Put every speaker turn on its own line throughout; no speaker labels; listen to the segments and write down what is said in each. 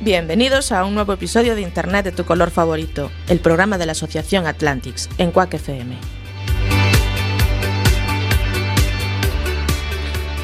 Bienvenidos a un nuevo episodio de Internet de tu color favorito, el programa de la Asociación Atlantics en Quack FM.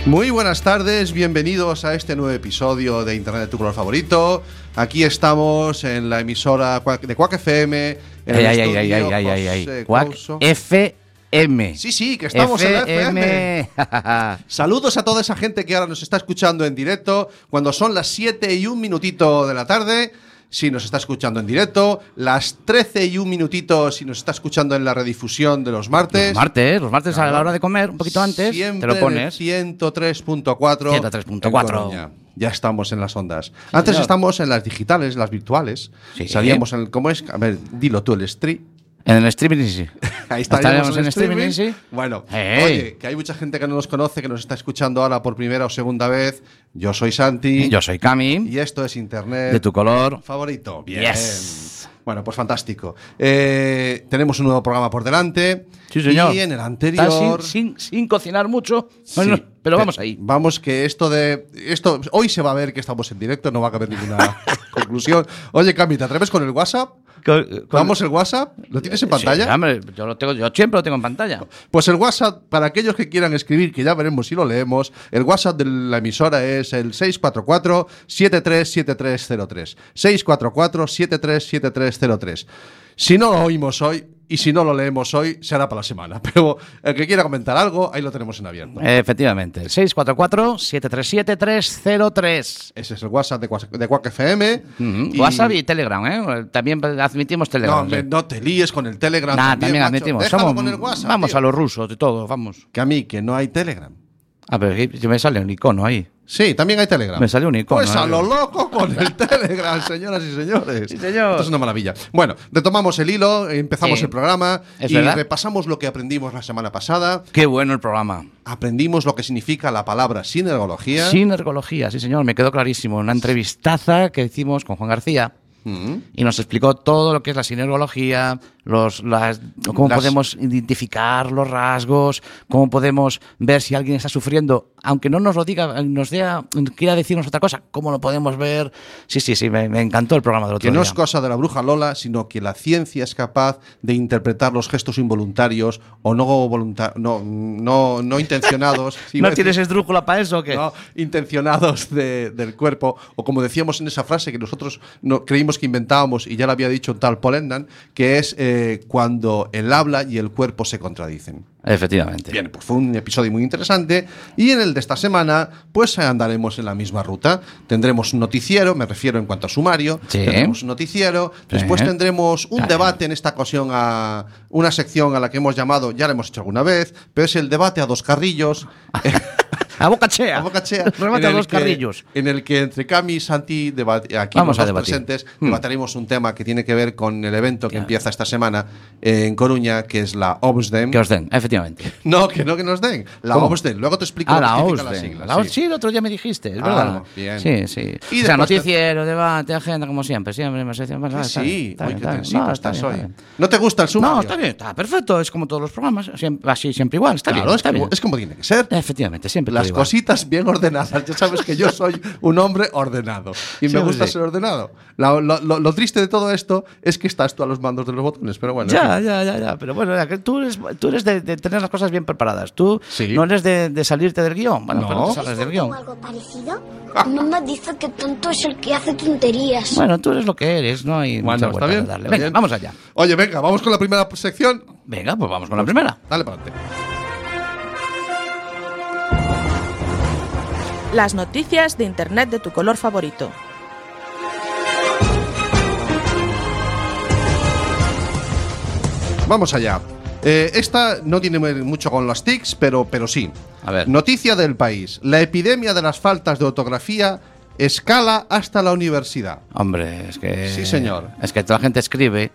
Muy buenas tardes, bienvenidos a este nuevo episodio de Internet de tu color favorito. Aquí estamos en la emisora Quack- de Quack FM. en el
Ay, ay, ay,
estudio
ay, ay, ay, ay, ay.
José
Cuac
Couso.
FM.
Sí, sí, que estamos en la FM. Saludos a toda esa gente que ahora nos está escuchando en directo, cuando son las 7 y un minutito de la tarde, si nos está escuchando en directo, las 13 y un minutito si nos está escuchando en la redifusión de los martes.
Los martes, los martes a la hora de comer, un poquito antes,
Siempre
te lo pones.
en el 103.4.
103.4.
en Coruña. Ya estamos en las ondas. Antes
señor.
estamos en las digitales, las virtuales.
Sí.
Salíamos en el. ¿Cómo es? A ver, dilo tú, el stream.
En el streaming, sí. sí.
Ahí
Estaremos
estaremos en,
en
streaming.
streaming, sí.
Bueno,
Hey.
oye, que hay mucha gente que no nos conoce, que nos está escuchando ahora por primera o segunda vez. Yo soy Santi.
Yo soy Cami,
Y esto es Internet.
de tu color.
Favorito. Bien.
Yes.
Bueno, pues fantástico. Eh, tenemos un nuevo programa por delante.
Sí, señor.
Y en el
Está
anterior.
Sin, sin, sin cocinar mucho,
Sí.
Bueno, pero vamos
Pe-
ahí.
Vamos que esto de esto hoy se va a ver que estamos en directo, no va a caber ninguna conclusión. Oye, Cami, ¿te atreves con el WhatsApp? ¿Vamos el WhatsApp? ¿Lo tienes en pantalla?
Sí, hombre, yo, lo tengo, yo siempre lo tengo en pantalla.
Pues el WhatsApp, para aquellos que quieran escribir, que ya veremos si lo leemos, el WhatsApp de la emisora es el 644-737303. 644-737303. Si no lo oímos hoy y si no lo leemos hoy, será para la semana. Pero el que quiera comentar algo, ahí lo tenemos en abierto.
Efectivamente. 644-737-303.
Ese es el WhatsApp de, Quas- de Quack FM.
Ujú.
Y-
WhatsApp y Telegram, ¿eh? También admitimos
No,
Telegram.
hombre,
sí.
no te líes con el Telegram.
Nah,
también,
también
macho.
admitimos.
Déjalo
Somos-
con el WhatsApp,
vamos
tío.
a los rusos de todo, vamos.
Que a mí, que no hay Telegram.
Ah, pero que- que me sale un icono ahí.
Sí, también hay Telegram.
Me salió un icono,
Pues a
¿eh?
lo loco con el Telegram, señoras y señores.
Sí, señor.
Esto es una maravilla. Bueno, retomamos el hilo, empezamos
Sí.
el programa
Es
y
verdad.
repasamos lo que aprendimos la semana pasada.
Qué bueno el programa.
Aprendimos lo que significa la palabra sinergología.
Sinergología, sí señor, me quedó clarísimo. Una entrevistaza que hicimos con Juan García
Mm.
y nos explicó todo lo que es la sinergología, los, las, cómo
Las-
podemos identificar los rasgos, cómo podemos ver si alguien está sufriendo, aunque no nos lo diga, nos diga- quiera decirnos otra cosa, cómo lo podemos ver. Sí, sí, sí, me, me encantó el programa del otro
Que no
día.
es cosa de la bruja Lola, sino que la ciencia es capaz de interpretar los gestos involuntarios o no, volunta- no, no, no intencionados. Iba a
¿No
decir-
tienes este esdrújula para eso o qué?
¿no? intencionados de- del cuerpo, o como decíamos en esa frase que nosotros no, creímos que inventábamos y ya la había dicho un tal Polendan, que es eh, cuando el habla y el cuerpo se contradicen.
Efectivamente.
Bien, pues fue un episodio muy interesante y en el de esta semana pues andaremos en la misma ruta. Tendremos un noticiero, me refiero en cuanto a sumario,
Sí.
tendremos un noticiero,
Sí.
después tendremos un
Claro.
debate en esta ocasión a una sección a la que hemos llamado, ya la hemos hecho alguna vez, pero es el debate a dos carrillos.
A boca chea.
A boca chea, en
Remate a
el
dos
que-
carrillos.
En el que entre Cami y Santi, debate- aquí
Vamos
los
a
dos
debatir.
presentes,
Hmm.
debatiremos un tema que tiene que ver con el evento que
Ya.
empieza esta semana en Coruña, que es la OBSDEM.
Que os den, efectivamente.
No, que no que nos den. La
¿Cómo?
OBSDEM. Luego te explico
Ah,
lo que significa la
la OSDE.
sigla,
La OSDE,
sí.
sí, el otro día me dijiste, es
Ah,
verdad.
bien.
Sí, sí.
Y
o sea,
después-
noticiero, debate, agenda, como siempre, siempre. Me sección,
Que sí, oye, qué tensivo
no,
estás
bien,
hoy.
está bien.
¿No te gusta el sumario?
No, está bien, está perfecto, es como todos los programas, siempre, así, siempre igual, está
Claro,
bien.
es,
Está
como,
bien. Eh,
es como tiene que ser.
Efectivamente, siempre todo
Las
igual.
cositas bien ordenadas. Ya sabes que yo soy un hombre ordenado. Y
Sí,
me
pues
gusta
sí.
ser ordenado. La- lo, lo- lo triste de todo esto es que estás tú a los mandos de los botones. Pero bueno. en
Ya,
fin.
ya, ya, ya, pero bueno, ya que tú eres, tú eres de, de tener las cosas bien preparadas. Tú
Sí.
no eres de, de salirte del guión. Bueno,
No.
pero te
¿Has
sales del
hecho
guión.
algo parecido? No me dice que tonto es el que hace tonterías.
Bueno, tú eres lo que eres, no hay
Bueno, está
mucha vuelta
bien,
que darle.
está
Venga,
bien.
vamos allá.
Oye, venga, vamos con la primera sección.
Venga, pues vamos con la primera.
Dale para adelante.
Las noticias de Internet de tu color favorito.
Vamos allá. Eh, esta no tiene mucho con las TICs, pero, pero sí.
A ver.
Noticia del país. La epidemia de las faltas de ortografía escala hasta la universidad.
Hombre, es que.
Sí, señor.
Es que toda la gente escribe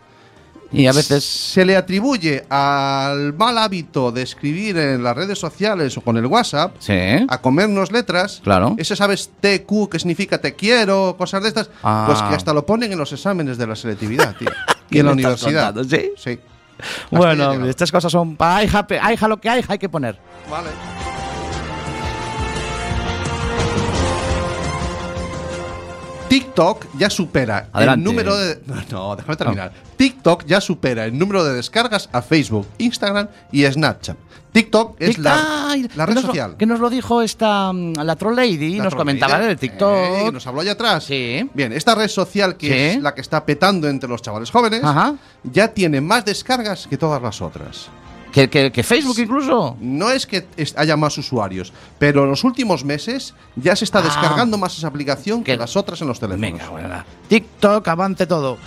y a veces.
Se le atribuye al mal hábito de escribir en las redes sociales o con el WhatsApp,
Sí.
a comernos letras,
Claro.
ese sabes TQ, que significa te quiero, cosas de estas,
Ah.
pues que hasta lo ponen en los exámenes de la selectividad, tío. y
¿Qué
en la
me estás
universidad.
contando? ¿Sí?
Sí. Hasta ahí he
Bueno,
llegado.
hombre, estas cosas son. Ay, jape- ay, ja, lo que hay, hay que poner.
Vale. TikTok ya supera
Adelante.
el número de. No, no, déjame terminar. TikTok ya supera el número de descargas a Facebook, Instagram y Snapchat. TikTok es
Tic-
la,
Ay,
la
que
red
nos lo-
social.
que nos lo dijo esta. mm, La Troll Lady,
La
nos
troll
comentaba
leader.
en el TikTok.
Eh, y nos habló allá atrás.
Sí.
Bien, esta red social que
Sí.
es la que está petando entre los chavales jóvenes
Ajá.
ya tiene más descargas que todas las otras.
que, que- que Facebook incluso.
No es que es- haya más usuarios, pero en los últimos meses ya se está
Ah.
descargando más esa aplicación que
Que-
las otras en los teléfonos.
Venga, bueno, nada. TikTok, avante todo.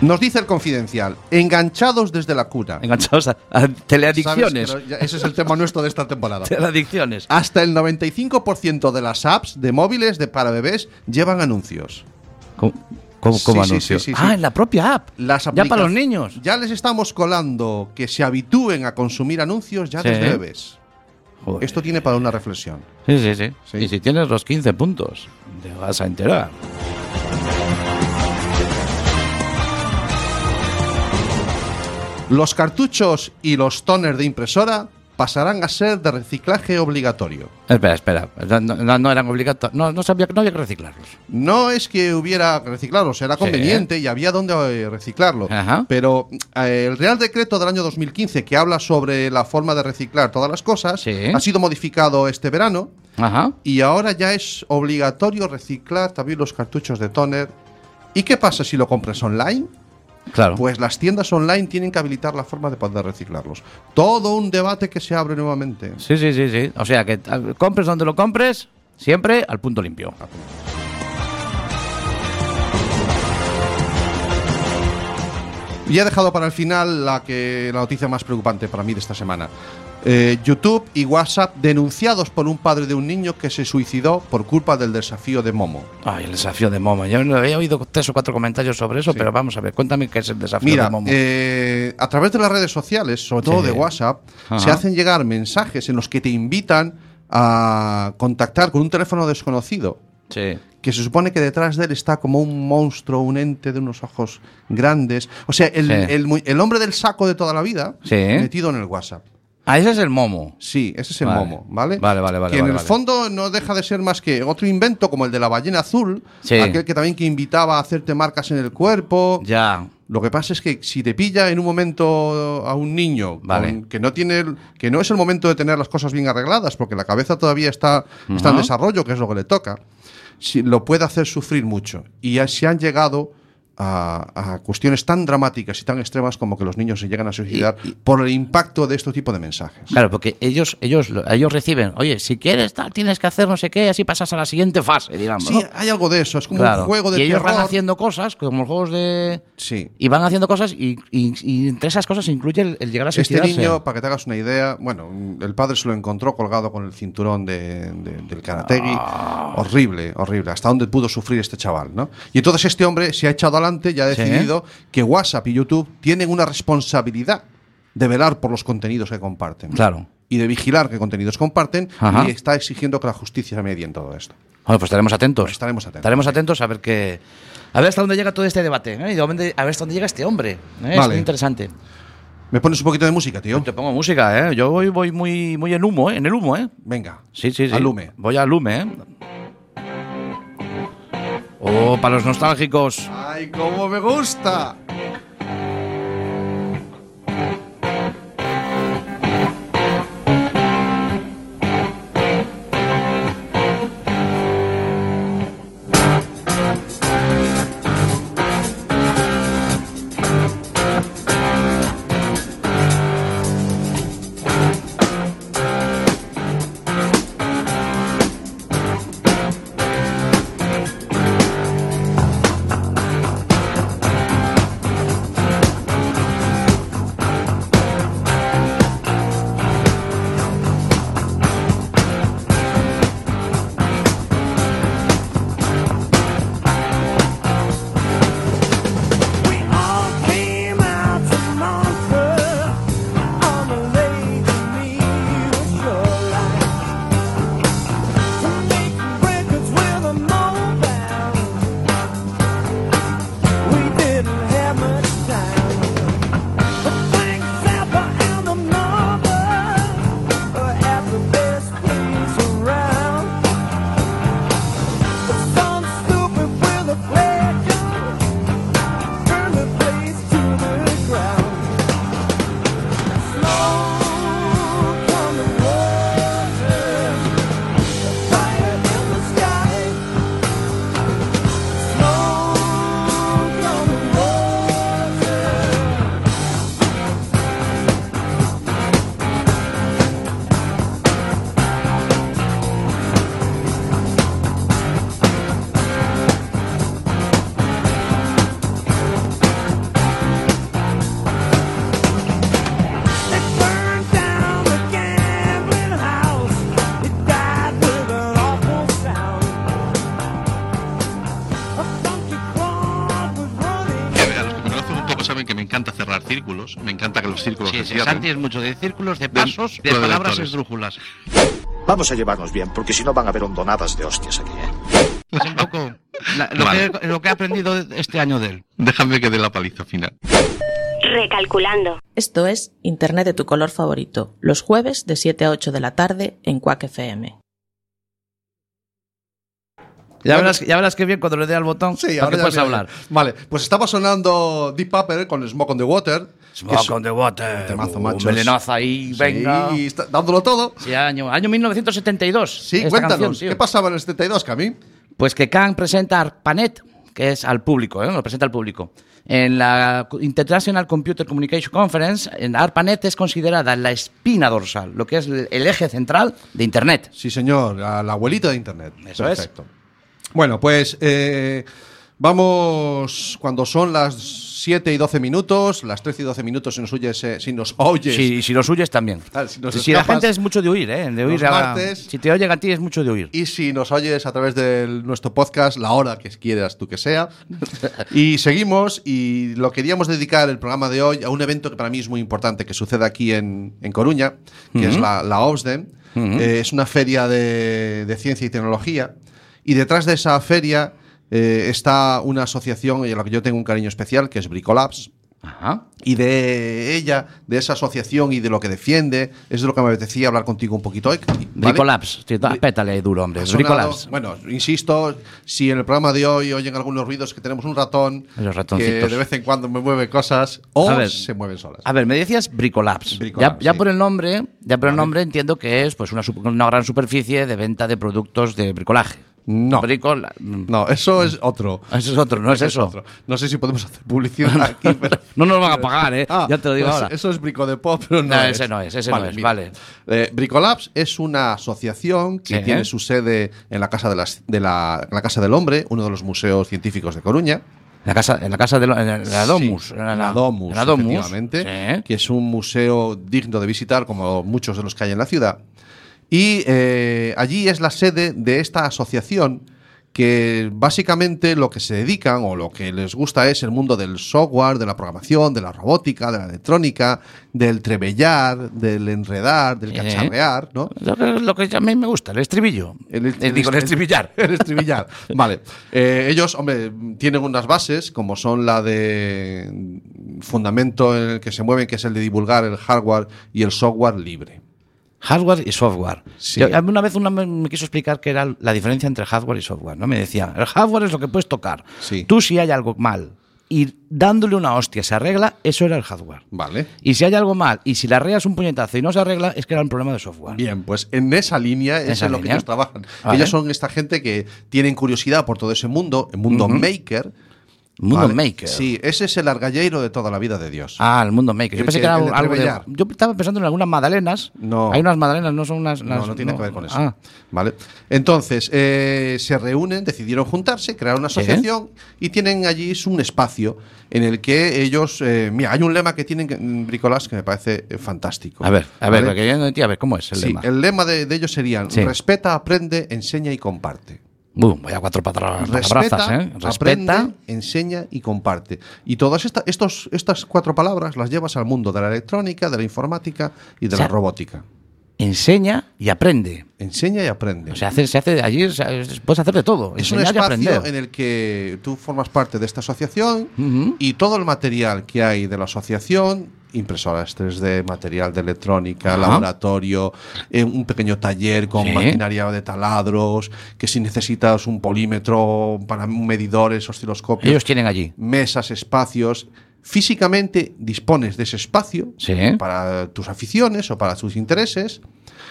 Nos dice el confidencial, enganchados desde la cuna.
Enganchados a, a
Sabes
teleadicciones.
Ah. que no- ya- ese es el tema nuestro de esta temporada.
Teleadicciones.
Hasta el 95% de las apps de móviles de para bebés llevan anuncios.
¿Cómo, cómo- cómo
Sí, sí,
anuncio?
sí, sí, sí.
Ah, en la propia app.
Las
ya para
aplica-
los niños.
Ya les estamos colando que se habitúen a consumir anuncios ya
Sí. Pues
desde bebés.
Joder.
Esto tiene para una reflexión.
Sí, sí, sí,
Sí.
Y si tienes los 15 puntos, te vas a enterar.
Los cartuchos y los toners de impresora pasarán a ser de reciclaje obligatorio.
Espera, espera. No, no- no eran obligatorios. No, no sabía que no había que reciclarlos.
No es que hubiera que reciclarlos, era conveniente y había donde eh, reciclarlo.
Ajá.
Pero eh, el Real Decreto del año 2015, que habla sobre la forma de reciclar todas las cosas,
Sí.
ha sido modificado este verano
Ajá.
y ahora ya es obligatorio reciclar también los cartuchos de toner. ¿Y qué pasa si lo compras online?
Claro.
Pues las tiendas online tienen que habilitar la forma de poder reciclarlos. Todo un debate que se abre nuevamente.
Sí, sí, sí, sí. O sea, que ah, compres donde lo compres, siempre al punto limpio.
Y he dejado para el final la, que, la noticia más preocupante para mí de esta semana. Eh, YouTube y WhatsApp denunciados por un padre de un niño que se suicidó por culpa del desafío de Momo.
Ay, el desafío de Momo. Yo no había oído tres o cuatro comentarios sobre eso, pero vamos a ver. Cuéntame qué es el desafío de
Mira,
Momo.
eh, a través de las redes sociales, sobre todo
Sí.
de WhatsApp, se
Ajá.
hacen llegar mensajes en los que te invitan a contactar con un teléfono desconocido,
sí.
que se supone que detrás de él está como un monstruo, un ente de unos ojos grandes. O sea, el,
Sí.
el mu- el hombre del saco de toda la vida
Sí.
metido en el WhatsApp.
Ah, ese es el Momo.
Sí, ese es el
Vale.
momo, ¿vale?
Vale, vale, vale,
Que en
vale,
el
vale.
fondo no deja de ser más que otro invento como el de la ballena azul,
Sí.
aquel que también que invitaba a hacerte marcas en el cuerpo.
Ya.
Lo que pasa es que si te pilla en un momento a un niño con-
Vale.
que no tiene el- que no es el momento de tener las cosas bien arregladas, porque la cabeza todavía está, está en
Ujú.
desarrollo, que es lo que le toca, si- lo puede hacer sufrir mucho. Y ya se han llegado a, a cuestiones tan dramáticas y tan extremas como que los niños se llegan a suicidar por el impacto de este tipo de mensajes.
Claro, porque ellos, ellos, lo- ellos reciben, oye, si quieres tal, tienes que hacer no sé qué, así pasas a la siguiente fase, digamos.
Sí,
¿no?
hay algo de eso. Es como
Claro.
un juego de
y ellos van
terror.
haciendo cosas, como los juegos de.
Sí.
Y van haciendo cosas, y, y- y entre esas cosas se incluye el, el llegar a
Este
suicidarse.
niño, para que te hagas una idea, bueno, el padre se lo encontró colgado con el cinturón de- de- del karategui.
Ah.
Horrible, horrible. Hasta dónde pudo sufrir este chaval, ¿no? Y entonces este hombre se ha echado adelante y ha
Sí.
decidido que WhatsApp y YouTube tienen una responsabilidad de velar por los contenidos que comparten.
Claro.
Y de vigilar qué contenidos comparten.
Ajá.
Y está exigiendo que la justicia medie en todo esto.
Bueno, pues estaremos atentos.
Pues estaremos atentos,
Estaremos atentos a ver qué. A ver hasta dónde llega todo este debate. ¿eh? Y de dónde- a ver hasta dónde llega este hombre. ¿eh? Es
Vale.
muy interesante.
¿Me pones un poquito de música, tío?
Te pongo música, ¿eh? Yo voy, voy muy, muy en humo, ¿eh? En el humo, ¿eh?
Venga.
Sí, sí, sí.
Alume.
Voy a Lume, ¿eh? Oh, para los nostálgicos.
¡Ay, cómo me gusta!
los círculos
Sí,
que
sí,
cierran.
Santi es mucho de círculos, de
De-
pasos, de,
pero de
palabras
actores.
esdrújulas.
Vamos a llevarnos bien, porque si no van a haber hondonadas de hostias aquí, ¿eh?
Es un poco la- lo,
Vale.
que, lo que he aprendido este año de él.
Déjame que dé la paliza final.
Recalculando.
Esto es Internet de tu color favorito, los jueves de 7 a 8 de la tarde en Quack FM.
Ya verás, ya verás que bien cuando le dé al botón.
Sí,
para
ahora
que
ya
puedes
viene.
hablar.
Vale, pues estaba sonando Deep Purple con Smoke on the Water. que es-
Smoke on the water.
Temazo,
un
machos.
melenazo Oh, ahí, venga.
Sí, está dándolo todo.
Sí, año, año 1972.
Sí,
esta
cuéntanos,
canción, tío.
¿qué pasaba en el 72, Camín?
Pues que Khan presenta a ARPANET, que es al público, ¿eh? lo presenta al público. En la International Computer Communication Conference, en ARPANET E es considerada la espina dorsal, lo que es el el eje central de Internet.
Sí, señor, la, la abuelita de Internet.
Eso
Perfecto. Bueno, pues eh, vamos cuando son las 7 y 12 minutos, las 13 y 12 minutos si nos oyes, eh, si nos oyes
Si, si los huyes también.
Ah, si nos
la
escapas.
gente es mucho de huir, ¿eh? De huir
Los
a-
martes.
Si te oyen a ti es mucho de huir.
y si nos oyes a través de nuestro podcast, la hora que quieras tú que sea. y seguimos y lo queríamos dedicar el programa de hoy a un evento que para mí es muy importante que sucede aquí en, en Coruña, que es la, la OBSDEM. Eh, es una feria de, de ciencia y tecnología y detrás de esa feria eh, está una asociación y a la que yo tengo un cariño especial, que es Bricolabs
Ajá.
y de ella, de esa asociación y de lo que defiende, es de lo que me apetecía hablar contigo un poquito hoy. ¿vale?
Bricolabs. tío,
Bri-
Pétale ahí duro, hombre.
Ha sonado-
Bricolabs.
Bueno, insisto, si en el programa de hoy oyen algunos ruidos que tenemos un ratón
Los
que
ratoncitos.
de vez en cuando me mueve cosas o
A ver.
se mueven solas.
A ver, me decías Bricolabs.
Bricolabs,
ya ya
sí.
por el nombre, ya por el nombre entiendo que es pues una, sup- una gran superficie de venta de productos de bricolaje.
No.
Bricola-
No, eso es otro.
Mm. Eso es otro, no Ah, es eso.
Otro. No sé si podemos hacer publicidad aquí, pero...
No nos van a pagar, ¿eh?
Ah,
ya te lo digo
pues
ahora.
Eso es Brico de Pop, pero no,
No, ese no es, ese no es,
mira.
vale.
Eh, Bricolabs es una asociación que
Sí.
tiene su sede en la casa de las- de la, en la casa del hombre, uno de los museos científicos de Coruña.
En la casa, en la casa de lo- en la- en la Domus.
Sí,
en
la, Domus,
en la Domus,
efectivamente,
sí.
que es un museo digno de visitar, como muchos de los que hay en la ciudad. Y eh, allí es la sede de esta asociación que básicamente lo que se dedican o lo que les gusta es el mundo del software, de la programación, de la robótica, de la electrónica, del trebellar, del enredar, del
Sí.
cacharrear, ¿no?
Lo que, lo que a mí me gusta, el estribillo. Eh, digo, el estribillar.
El estribillar. Vale. Eh, ellos, hombre, tienen unas bases, como son la de fundamento en el que se mueven, que es el de divulgar el hardware y el software libre.
Hardware y software.
Sí.
Yo- a mí una vez una me, me quiso explicar qué era la diferencia entre hardware y software. ¿no? Me decía, el hardware es lo que puedes tocar.
Sí.
Tú si hay algo mal y dándole una hostia se arregla, eso era el hardware.
Vale.
Y si hay algo mal y si le arreglas un puñetazo y no se arregla, es que era un problema de software.
Bien, pues en esa línea es
Esa
en lo que
línea.
ellos trabajan.
Vale.
Ellos son esta gente que tienen curiosidad por todo ese mundo, el mundo maker.
Mundo
Vale.
maker.
Sí, ese es el argalleiro de toda la vida de Dios.
Ah, el mundo maker.
El
Yo pensé
que-
que era
el de
algo de,
Trevellar.
Yo estaba pensando en algunas magdalenas.
No.
Hay unas magdalenas, no son unas.
No,
las-
no tiene que ver con eso.
Ah.
Vale. Entonces, eh, se reúnen, decidieron juntarse, crear una
Sí.
asociación y tienen allí un espacio en el que ellos. eh, mira, hay un lema que tienen en Bricolage que me parece eh, fantástico.
A ver, a ver,
¿Vale?
porque yo no entiendo- a ver, ¿cómo es el
Sí,
lema?
el lema de, de ellos serían:
Sí.
respeta, aprende, enseña y comparte.
Uh, vaya cuatro patas
Respeta,
¿eh? Respeta.
aprende, enseña y comparte. Y todas esta- estos, estas cuatro palabras las llevas al mundo de la electrónica, de la informática y de
O sea,
la robótica.
enseña y aprende.
Enseña y aprende.
O sea, hace, se hace allí, o sea, es- puedes hacer de todo.
Es un
enseñar y
espacio
aprender.
en el que tú formas parte de esta asociación
Ujú.
y todo el material que hay de la asociación, impresoras 3D, material de electrónica,
Ajá.
laboratorio, eh, un pequeño taller con
Sí.
maquinaria de taladros, que si necesitas un polímetro para medidores, osciloscopios,
Ellos tienen allí.
mesas, espacios. Físicamente dispones de ese espacio
Sí.
para tus aficiones o para tus intereses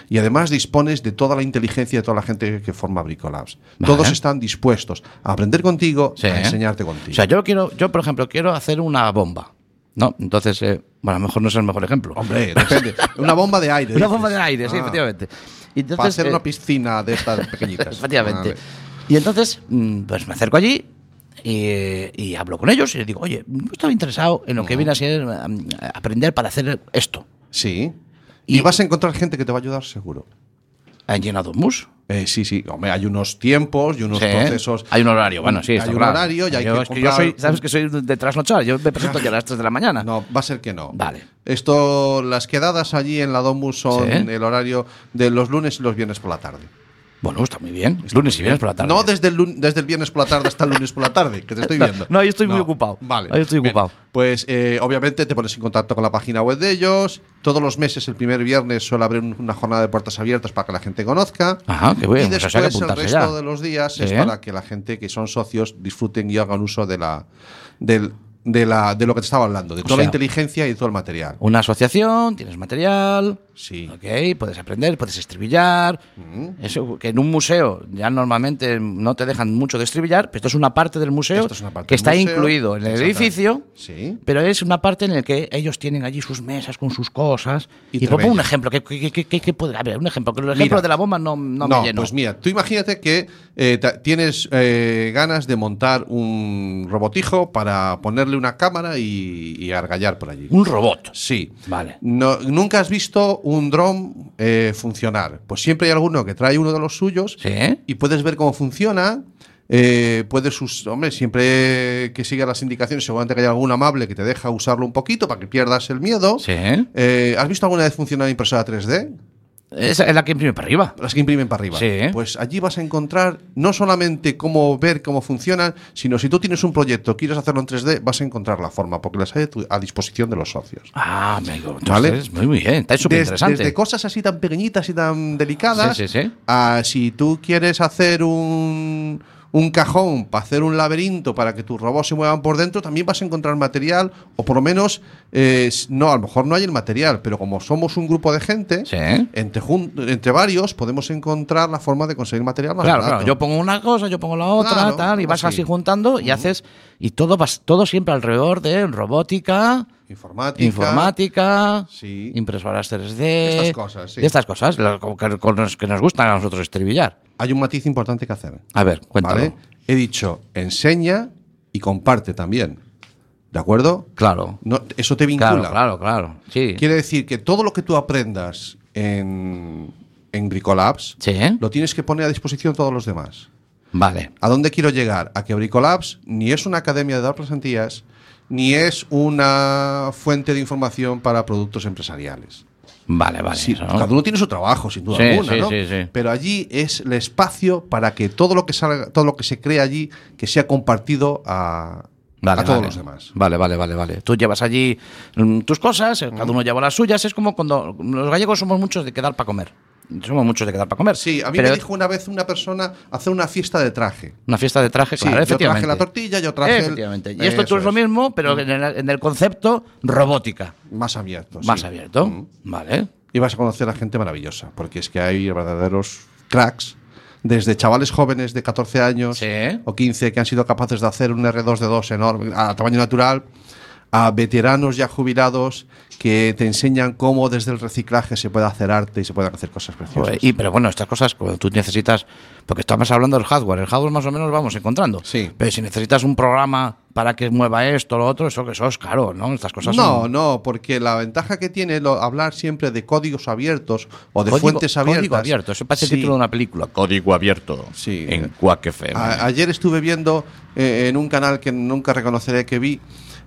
y además dispones de toda la inteligencia de toda la gente que forma Bricolabs.
Vale.
Todos están dispuestos a aprender contigo,
Sí.
a enseñarte contigo.
O sea, yo quiero, yo por ejemplo, quiero hacer una bomba. ¿No? Entonces, eh, bueno, a lo mejor no es el mejor ejemplo.
Hombre, depende. Una bomba de aire.
una
dices.
bomba de aire, sí,
Ah,
efectivamente. Y Entonces,
Para hacer
eh,
una piscina de estas pequeñitas. Ah,
Efectivamente.
Vale.
Y entonces, mm, pues me acerco allí y, y hablo con ellos y les digo, oye, yo estaba interesado en lo que viene a ser mm, aprender para hacer esto.
Sí. Y,
Y-
vas a encontrar gente que te va a ayudar seguro.
¿Han llenado MUS?
Eh, sí, sí. Hombre, hay unos tiempos y unos
Sí, ¿eh?
procesos.
Hay un horario, bueno, sí.
Hay
está
un
claro.
horario y hay
Yo-
que
es yo
comprar-
soy, sabes que soy de trasnochar, yo me presento ya a las 3 de la mañana.
No, va a ser que no.
Vale.
Esto, las quedadas allí en la Domus son
Sí.
el horario de los lunes y los viernes por la tarde.
Bueno, está muy bien. Lunes y viernes por la tarde.
No desde el, lun- desde el viernes por la tarde hasta el lunes por la tarde, que te estoy viendo.
No, ahí estoy muy ocupado.
Vale.
Ahí estoy
Bien.
ocupado.
Pues eh, obviamente te pones en contacto con la página web de ellos. Todos los meses, el primer viernes, suele haber un- una jornada de puertas abiertas para que la gente conozca.
Ajá, qué bueno,
Y
pues, o
después
sea, que
el
apuntarse
resto
ya.
de los días es
Sí.
para que la gente que son socios disfruten y hagan uso de la, del- de la de lo que te estaba hablando, de toda la
sea,
inteligencia y todo el material.
Una asociación, tienes material.
Sí. Mm.
Ok, puedes aprender, puedes estribillar. Eso que en un museo ya normalmente no te dejan mucho de estribillar, pero esto es una parte del museo
Esto es una parte
que
del
está
museo,
incluido en el
exactamente.
edificio.
Sí.
Pero es una parte en la que ellos tienen allí sus mesas con sus cosas.
Y
Y, pongo un
Trebello.
ejemplo. ¿Qué, qué, qué- qué- qué puede haber? Un ejemplo. Que el ejemplo
Mira.
de la bomba no, no, me llenó.
pues mira, tú imagínate que eh, ta- tienes eh, ganas de montar un robotijo para ponerle una cámara y, y argallar por allí.
un robot.
Sí.
Vale.
No- nunca has visto un dron eh, funcionar. Pues siempre hay alguno que trae uno de los suyos
Sí.
y puedes ver cómo funciona. eh, puedes us- hombre, siempre que sigas las indicaciones, seguramente que hay algún amable que te deja usarlo un poquito para que pierdas el miedo.
Sí.
Eh, ¿Has visto alguna vez funcionar impresora 3D?
Esa es la que imprime para arriba.
Las que imprimen para arriba.
Sí.
Pues allí vas a encontrar no solamente cómo ver cómo funcionan, sino si tú tienes un proyecto, quieres hacerlo en 3D, vas a encontrar la forma, porque las hay a tu- a disposición de los socios.
Ah, amigo.
Vale.
Entonces, muy, muy bien. Está súper
Des- Desde,
interesante.
cosas así tan pequeñitas y tan delicadas,
Sí, sí, sí.
a si tú quieres hacer un, un cajón para hacer un laberinto para que tus robots se muevan por dentro, también vas a encontrar material, o por lo menos, eh, s- no, a lo mejor no hay el material, pero como somos un grupo de gente,
Sí.
entre, jun- entre varios podemos encontrar la forma de conseguir material más
Claro,
barato.
claro. Yo pongo una cosa, yo pongo la otra,
Claro,
tal, y vas
así.
así juntando y haces. Y todo, vas, todo siempre alrededor de robótica,
Informática.
informática,
Sí.
impresoras 3D.
Estas cosas, sí.
de estas cosas, lo- con, con los que nos gustan a nosotros estribillar.
Hay un matiz importante que hacer.
A ver, cuéntalo.
¿vale? He dicho, enseña y comparte también. ¿De acuerdo?
Claro.
No, eso te vincula.
Claro, claro, claro. Sí.
Quiere decir que todo lo que tú aprendas en, en Bricolabs
Sí, ¿eh?
lo tienes que poner a disposición de todos los demás.
Vale.
¿A dónde quiero llegar? A que Bricolabs ni es una academia de dar presentías, ni es una fuente de información para productos empresariales.
Vale, vale.
Sí,
eso, ¿no?
Cada uno tiene su trabajo, sin duda
Sí,
alguna,
sí,
¿no?
sí, sí.
Pero allí es el espacio para que todo lo que salga, todo lo que se crea allí, que sea compartido a,
Vale,
a todos
vale.
los demás.
Vale, vale, vale, vale. Tú llevas allí mm, tus cosas, eh, cada uno lleva las suyas. Es como cuando mm, los gallegos somos muchos de quedar para comer. Somos muchos de quedar para comer.
Sí, a mí me
Pero
dijo una vez una persona hacer una fiesta de traje.
Una fiesta de traje,
Sí,
claro,
yo traje
efectivamente.
la tortilla, yo traje el-
Efectivamente. Y esto
Eso
tú es lo
es. Mm.
mismo, pero en el, en el concepto robótica.
Más abierto.
Más
sí.
abierto.
Mm.
Vale.
Y vas a conocer a gente maravillosa, porque es que hay verdaderos cracks. Desde chavales jóvenes de 14 años
Sí.
o 15 que han sido capaces de hacer un R2D2 enorme a tamaño natural, a veteranos ya jubilados que te enseñan cómo desde el reciclaje se puede hacer arte y se pueden hacer cosas preciosas.
Joder, y, pero bueno, estas cosas cuando tú necesitas, porque estamos hablando del hardware, el hardware más o menos vamos encontrando.
Sí.
Pero si necesitas un programa para que mueva esto, lo otro, eso que eso es caro, Pues, ¿no? Estas cosas
No,
son-
no, porque la ventaja que tiene lo- hablar siempre de códigos abiertos o de
Código-
fuentes abiertas.
Código abierto, eso parece
Sí.
el título de una película. Código abierto.
Sí.
En Quack FM.
A- ayer estuve viendo eh, en un canal que nunca reconoceré que vi.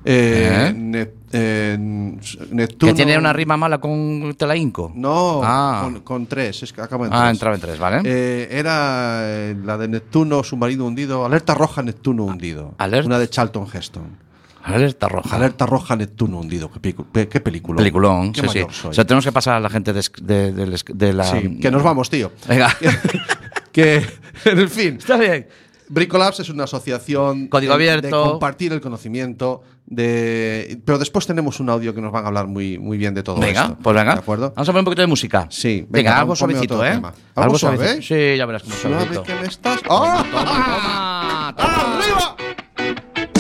Eh,
¿Eh?
Ne- eh, Neptuno-
que tiene una rima mala con Telainco.
No,
Ah.
con, con tres. Es que acabo en
Ah,
tres.
entraba en tres, ¿vale?
Eh, era eh, la de Neptuno, submarino hundido. Alerta roja, Neptuno
Ah,
hundido.
alerta-
Una de Charlton Heston.
Alerta roja.
Alerta roja, Neptuno hundido. Qué, picu- pe- qué película.
Peliculón,
Qué
sí, sí.
mayor soy.
O sea, tenemos que pasar a la gente de, esc- de- del esc- de la.
Sí, que nos vamos, tío.
Venga.
que, en fin.
Está bien.
Bricolabs es una asociación
Código
de,
abierto.
de compartir el conocimiento. De, pero después tenemos un audio que nos van a hablar muy, muy bien de todo
Venga,
esto.
pues venga.
¿De acuerdo?
Vamos a poner un poquito de música.
Sí, venga,
Venga, algo
pon- ponme
suavecito,
otro
¿eh?
tema. ¿Algo suave?
suavecito. Sí, ya verás cómo
Suave
suavecito.
que me estás. ¡Ah!
Toma, toma.
¡Arriba!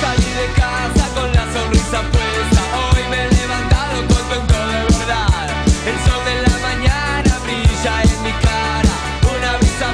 Salí de casa con la sonrisa puesta, hoy me he levantado contento de verdad. El sol de la mañana brilla en mi cara, una brisa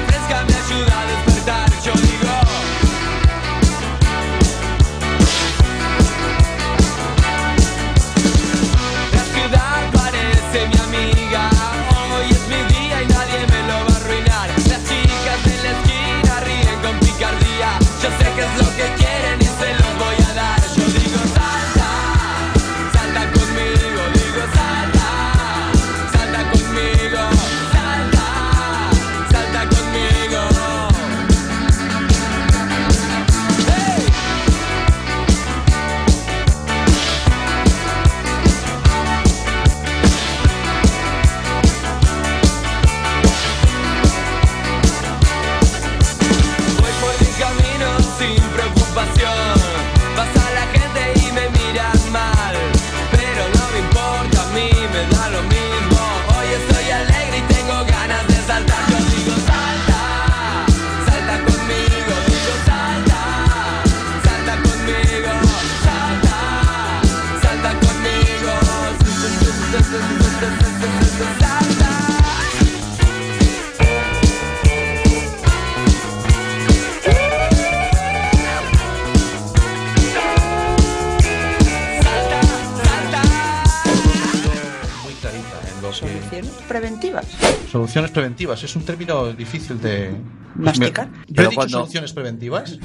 preventivas.
Soluciones preventivas. Es un término difícil de.
Masticar.
Me- Yo
Pero
he dicho
cuando-
soluciones preventivas.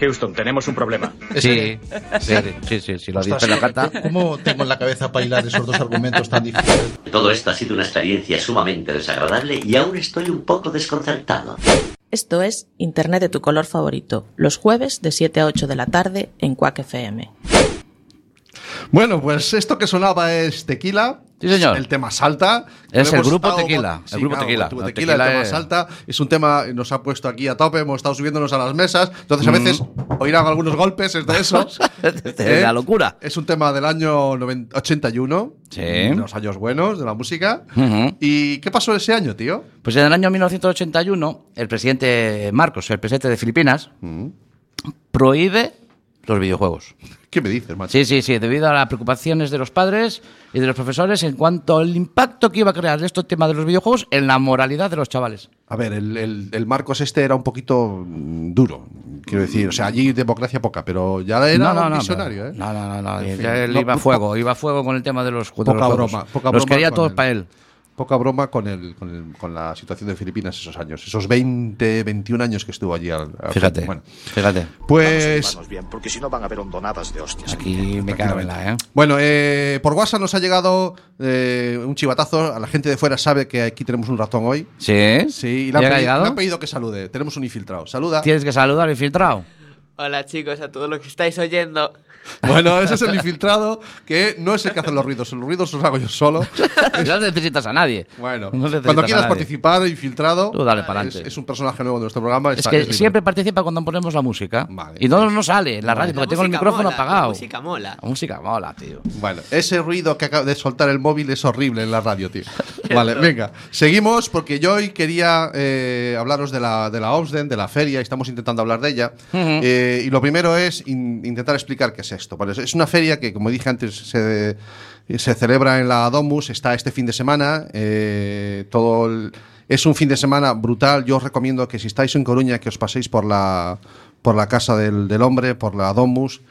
Houston, tenemos un problema.
Sí, sí, sí, sí, sí, lo dice la carta.
¿Cómo tengo en la cabeza para hilar esos dos argumentos tan difíciles?
Todo esto ha sido una experiencia sumamente desagradable y aún estoy un poco desconcertado.
Esto es Internet de tu color favorito, los jueves de 7 a 8 de la tarde en Quack FM.
Bueno, pues esto que sonaba es Tequila.
Sí, señor.
El tema Salta.
Es
Lo
el
hemos
grupo
estado-
Tequila, el grupo Tequila.
El,
No,
tequila, el
Tequila
tema
es-
Salta. Es un tema que nos ha puesto aquí a tope. Hemos estado subiéndonos a las mesas. Entonces, a veces oirán algunos golpes es de esos.
Mm.
¿eh?
De la locura.
Es un tema del año 90 81.
Sí. Mm.
De los años buenos de la música.
Ujú.
¿Y qué pasó ese año, tío?
Pues en el año 1981, el presidente Marcos, el presidente de Filipinas, prohíbe los videojuegos.
¿Qué me dices, macho?
Sí, sí, sí, debido a las preocupaciones de los padres y de los profesores en cuanto al impacto que iba a crear este tema de los videojuegos en la moralidad de los chavales.
A ver, el, el- el Marcos este era un poquito mm, duro. Quiero decir, o sea, allí democracia poca, pero ya era un visionario,
pero-
¿eh?
No, no, no, no,
En fin,
ya él
no,
iba a
po-
fuego, iba a fuego con el tema de los, de
Poca
los juegos.
broma, poca
los
broma
quería
con
todos
él.
para él.
Poca broma con, el, con, el- con la situación de Filipinas esos años, esos 20, 21 años que estuvo allí. al- al-
Fíjate,
Bueno,
fíjate.
Vamos a
pues.
llevarnos bien, porque si no van a haber hondonadas de hostias.
Aquí me cago en la, ¿eh?
Bueno, eh, por WhatsApp nos ha llegado eh, un chivatazo. A la gente de fuera sabe que aquí tenemos un ratón hoy.
¿eh? Sí,
Sí, y le
¿Ya
han,
ha
pedi-
llegado?
le han pedido que salude. Tenemos un infiltrado. Saluda.
Tienes que saludar al infiltrado.
Hola chicos, a todos los que estáis oyendo.
Bueno, ese es el infiltrado que no es el que hace los ruidos. Los ruidos los hago yo solo.
no necesitas a nadie.
Bueno,
No necesitas
cuando
a
quieras
nadie.
participar, infiltrado,
Tú dale para
es,
adelante.
es un personaje nuevo de nuestro programa.
Es
está-
que
libre.
siempre participa cuando ponemos la música.
Vale. pues.
y no nos sale en la radio porque tengo el micrófono apagado.
mola.
La música mola, tío.
Bueno, ese ruido que acaba de soltar el móvil es horrible en la radio, tío. Vale, venga, seguimos porque yo hoy quería eh, hablaros de la, de la OPSDEN, de la feria, y estamos intentando hablar de ella. Eh, y lo primero es in- intentar explicar qué es esto. Vale, es- es una feria que, como dije antes, se, se celebra en la Domus, está este fin de semana, eh, todo el- es un fin de semana brutal. Yo os recomiendo que si estáis en Coruña, que os paséis por la, por la Casa del, del Hombre, por la Domus,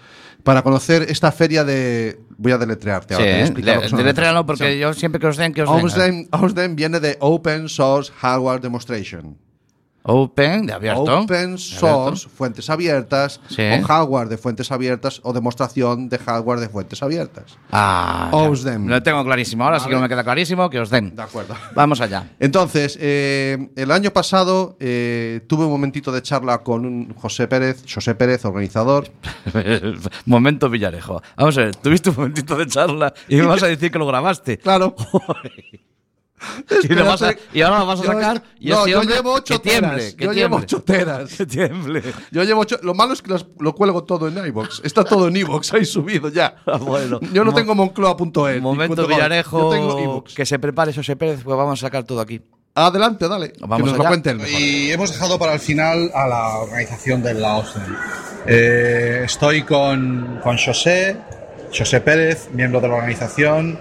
para conocer esta feria de... Voy a deletrearte ahora. te voy a explicar lo que
Sí, ¿eh?
son las
deletréalo
cosas.
porque yo siempre que os den, que os den.
Ausden, Ausden viene de Open Source Hardware Demonstration.
Open, de abierto.
Open Source, fuentes abiertas,
Sí.
o hardware de fuentes abiertas, o demostración de hardware de fuentes abiertas.
Ah, ya.
Ausden.
Lo tengo clarísimo. Ahora sí que
Vale.
me queda clarísimo que os den.
De acuerdo.
Vamos allá.
Entonces, eh, el año pasado eh, tuve un momentito de charla con un José Pérez, José Pérez, organizador.
Momento Villarejo. Vamos a ver, tuviste un momentito de charla y me vas a decir que lo grabaste.
Claro.
Y, lo vas a- y ahora lo vas a sacar. y
no,
este
yo
hombre,
llevo ocho
que tiemble,
teras.
que
yo llevo
tiemble.
ocho teras.
Que tiemble.
Yo llevo ocho- Lo malo es que los- lo cuelgo todo en iBox. Está todo en iBox, ahí subido ya.
Ah, bueno.
Yo no
Mo-
tengo moncloa.es. ni punto
Momento
com.
Villarejo.
Yo tengo iVoox.
que se prepare José Pérez, pues vamos a sacar todo aquí.
Adelante, dale.
Vamos
que nos lo
allá.
cuenten.
Eh,
Y hemos dejado para el final a la organización del la OSDEN. Eh, estoy con, con José, José Pérez, miembro de la organización.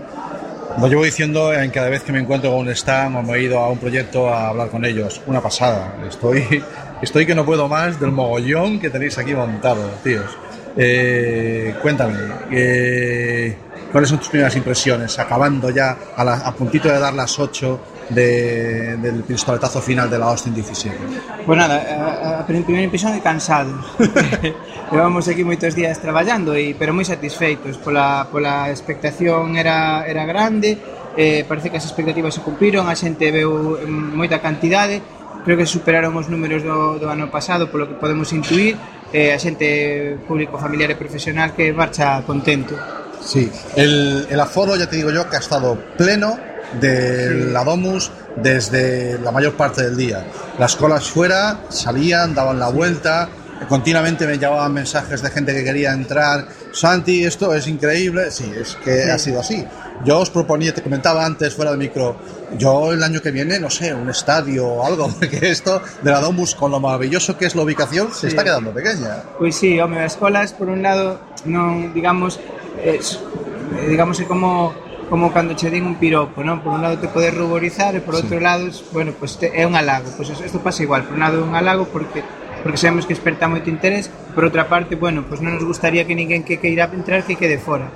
Lo llevo diciendo en cada vez que me encuentro con un stand o me he ido a un proyecto a hablar con ellos. Una pasada. Estoy, estoy que no puedo más del mogollón que tenéis aquí montado, tíos. Eh, cuéntame, eh, ¿cuáles son tus primeras impresiones? Acabando ya a, la- a puntito de dar las 8 de- del pistoletazo final de la Austin 17.
Pues nada, eh, a, a, primeira impresión é cansado. Levamos aquí moitos días traballando e pero moi satisfeitos pola pola expectación era era grande, eh, parece que as expectativas se cumpriron, a xente veu mm, moita cantidade, creo que superaron os números do, do ano pasado, polo que podemos intuir, eh, a xente público, familiar e profesional que marcha contento.
Sí, el, el aforo ya te digo yo que ha estado pleno de la Domus desde la mayor parte del día. Las colas fuera salían, daban la vuelta, continuamente me llevaban mensajes de gente que quería entrar. Santi, esto es increíble. Sí, es que ha sido así. Yo os proponía, te comentaba antes fuera de micro, yo el año que viene, no sé, un estadio o algo, porque esto de la Domus, con lo maravilloso que es la ubicación, se
Sí.
está quedando pequeña.
Pois Pues sí, home, as colas por un lado non, digamos, es, eh, digamos é como como cando che din un piropo, non? Por un lado te podes pues ruborizar e por outro lado, es- bueno, pois te, é un halago. Pois isto pasa igual, por un lado é un halago porque porque sabemos que desperta moito interés, por outra parte, bueno, pois pues non nos gustaría que ninguén que queira entrar que quede fora.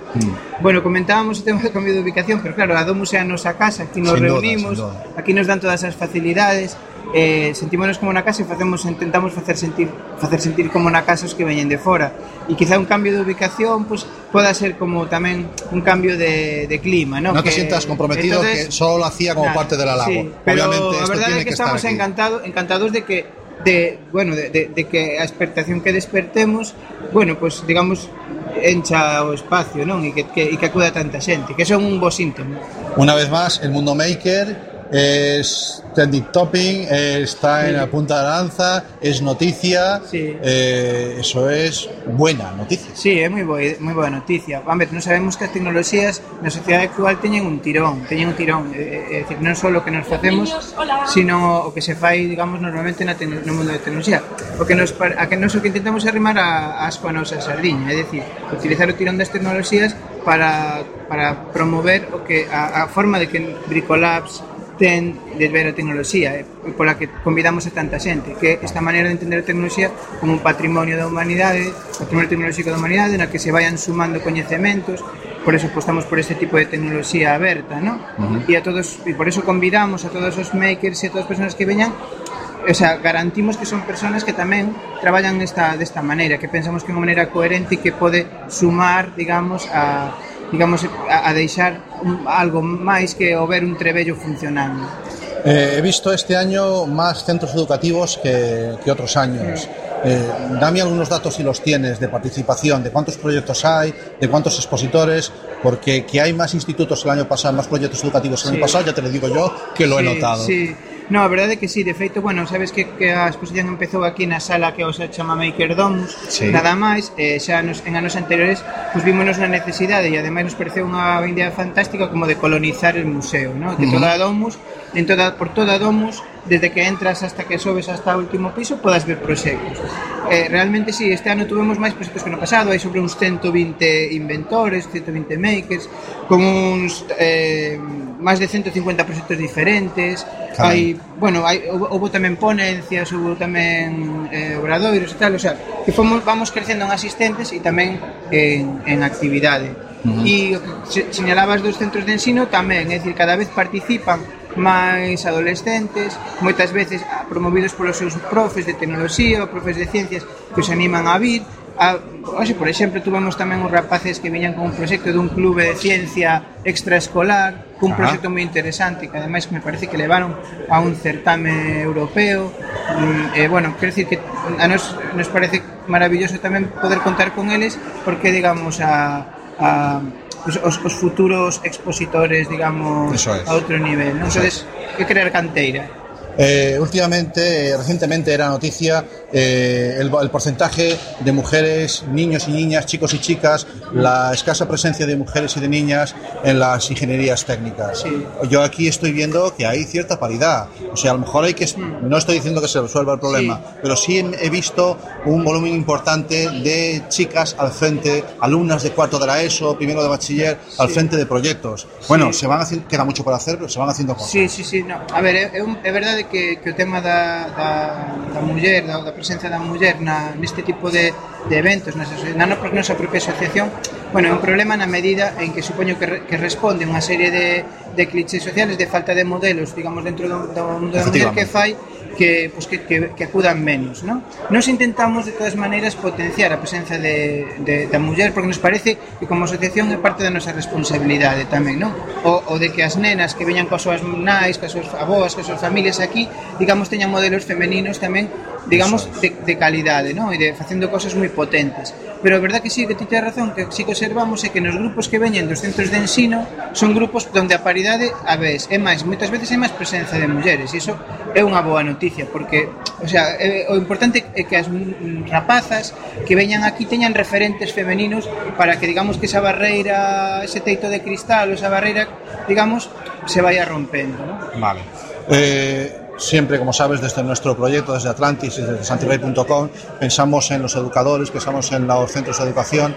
Bueno, comentábamos o tema do cambio de ubicación, pero claro, a Domus é a nosa casa, aquí nos
Sin duda,
reunimos,
sin duda.
aquí nos dan todas as facilidades, eh, sentímonos como na casa e facemos, intentamos facer sentir, facer sentir como na casa os que veñen de fora. E quizá un cambio de ubicación pues, poda ser como tamén un cambio de, de clima. No,
No te
Que-
sientas comprometido que solo lo hacía como parte del halago.
Sí, pero
Obviamente,
la
esto
verdad
tiene
es que,
que estar
estamos
aquí.
encantados, encantados de que de bueno de, de- de que a expectación que despertemos, bueno, pues digamos encha o espacio, non? E que, que, e que acuda tanta xente, que son un bo síntoma.
Una vez más, el mundo maker es trending topping, eh, está en la punta de la lanza, es noticia, eh, eso es buena noticia.
Sí, é moi boa, moi boa noticia. A ver, non sabemos que as tecnoloxías na sociedade actual teñen un tirón, teñen un tirón, é, é dicir, non só o que nos facemos, sino o que se fai, digamos, normalmente na tecno- no mundo da tecnoloxía. O que nos par- a que nos o que intentamos é arrimar a, asco a nosa sardiña, é dicir, utilizar o tirón das tecnoloxías para, para promover o que a, a forma de que Bricolabs ten de ver a tecnoloxía e pola que convidamos a tanta xente que esta maneira de entender a tecnoloxía como un patrimonio da humanidade patrimonio tecnolóxico da humanidade na que se vayan sumando coñecementos por eso apostamos por este tipo de tecnoloxía aberta ¿no?
Ujú.
e a todos e por eso convidamos a todos os makers e a todas as persoas que veñan o sea, garantimos que son persoas que tamén traballan esta, desta maneira, que pensamos que é unha maneira coherente e que pode sumar, digamos, a digamos a, a deixar un, algo máis que o ver un trebello funcionando.
Eh, he visto este año más centros educativos que, que otros años. Eh, dame algunos datos si los tienes de participación, de cuántos proyectos hay, de cuántos expositores, porque que hay más institutos el año pasado, más proyectos educativos
Sí.
el año pasado, ya te lo digo yo, que lo he
Sí,
notado.
Sí. No, a verdade é que sí, de feito, bueno, sabes que, que a exposición empezou aquí na sala que hoxe chama Maker Domus,
Sí.
nada máis, eh, xa nos, en anos anteriores pues, vímonos na necesidade e ademais nos pareceu unha idea fantástica como de colonizar el museo, ¿no? que
Ujú.
toda a Domus, en toda, por toda a Domus, desde que entras hasta que sobes hasta o último piso, podas ver proxectos. Eh, realmente sí, este ano tuvemos máis proxectos que no pasado, hai sobre uns 120 inventores, 120 makers, con uns eh, máis de 150 proxectos diferentes.
Carai.
Hai, bueno, hai houbo, houbo tamén ponencias, houbo tamén eh, obradoiros e tal, o sea, que fomos vamos crecendo en asistentes e tamén en, en actividade.
Ujú.
E o que se- señalabas dos centros de ensino tamén, é dicir, cada vez participan máis adolescentes, moitas veces ah, promovidos polos seus profes de tecnoloxía, ou profes de ciencias que os animan a vir. A, oxe, por exemplo, tuvemos tamén uns rapaces que viñan con un proxecto dun clube de ciencia extraescolar, cun
Ajá.
proxecto moi interesante que ademais me parece que levaron a un certame europeo. Mm, eh, bueno, quero dicir que a nos, nos parece maravilloso tamén poder contar con eles porque, digamos, a, a os, os, os futuros expositores, digamos,
Eso es.
a outro nivel. Non
Eso
entonces que crear canteira.
Eh, últimamente, eh, recientemente era noticia eh, el, el porcentaje de mujeres, niños y niñas, chicos y chicas, la escasa presencia de mujeres y de niñas en las ingenierías técnicas. Yo aquí estoy viendo que hay cierta paridad. O sea, a lo mejor hay que... No estoy diciendo que se resuelva el problema, pero sí he visto un volumen importante de chicas al frente, alumnas de cuarto de la ESO, primero de bachiller, al
Sí.
frente de proyectos. Bueno,
Sí.
se van haciendo, queda mucho por hacer, pero se van haciendo cosas.
Sí, sí, sí, no. A ver, é, é, un, é verdade que, que o tema da, da, da muller, da, da presencia da muller na, neste tipo de, de eventos, nas, aso- na, no- nosa propia asociación, bueno, é un problema na medida en que supoño que, re, que responde a unha serie de, de clichés sociales de falta de modelos, digamos, dentro do, do mundo da muller que fai que, pues, que, que, que acudan menos, ¿no? Nos intentamos de todas maneiras potenciar a presencia de, de, da muller porque nos parece que como asociación é parte da nosa responsabilidade tamén, non? O, o de que as nenas que veñan coas súas nais, coas súas aboas, coas súas familias aquí, digamos, teñan modelos femeninos tamén, digamos, de, de calidade, non? E de facendo cosas moi potentes. Pero a verdad que sí, que ti tens razón, que sí que observamos é que nos grupos que veñen dos centros de ensino son grupos onde a paridade a vez é máis, moitas veces hai máis presenza de mulleres e iso é unha boa noticia porque, o sea, é, o importante é que as mm, rapazas que veñan aquí teñan referentes femeninos para que digamos que esa barreira, ese teito de cristal, ou esa barreira, digamos, se vaya rompendo, ¿no?
Vale. Eh, siempre, como sabes, desde nuestro proyecto, desde Atlantis y desde santibay.com, pensamos en los educadores, pensamos en los centros de educación.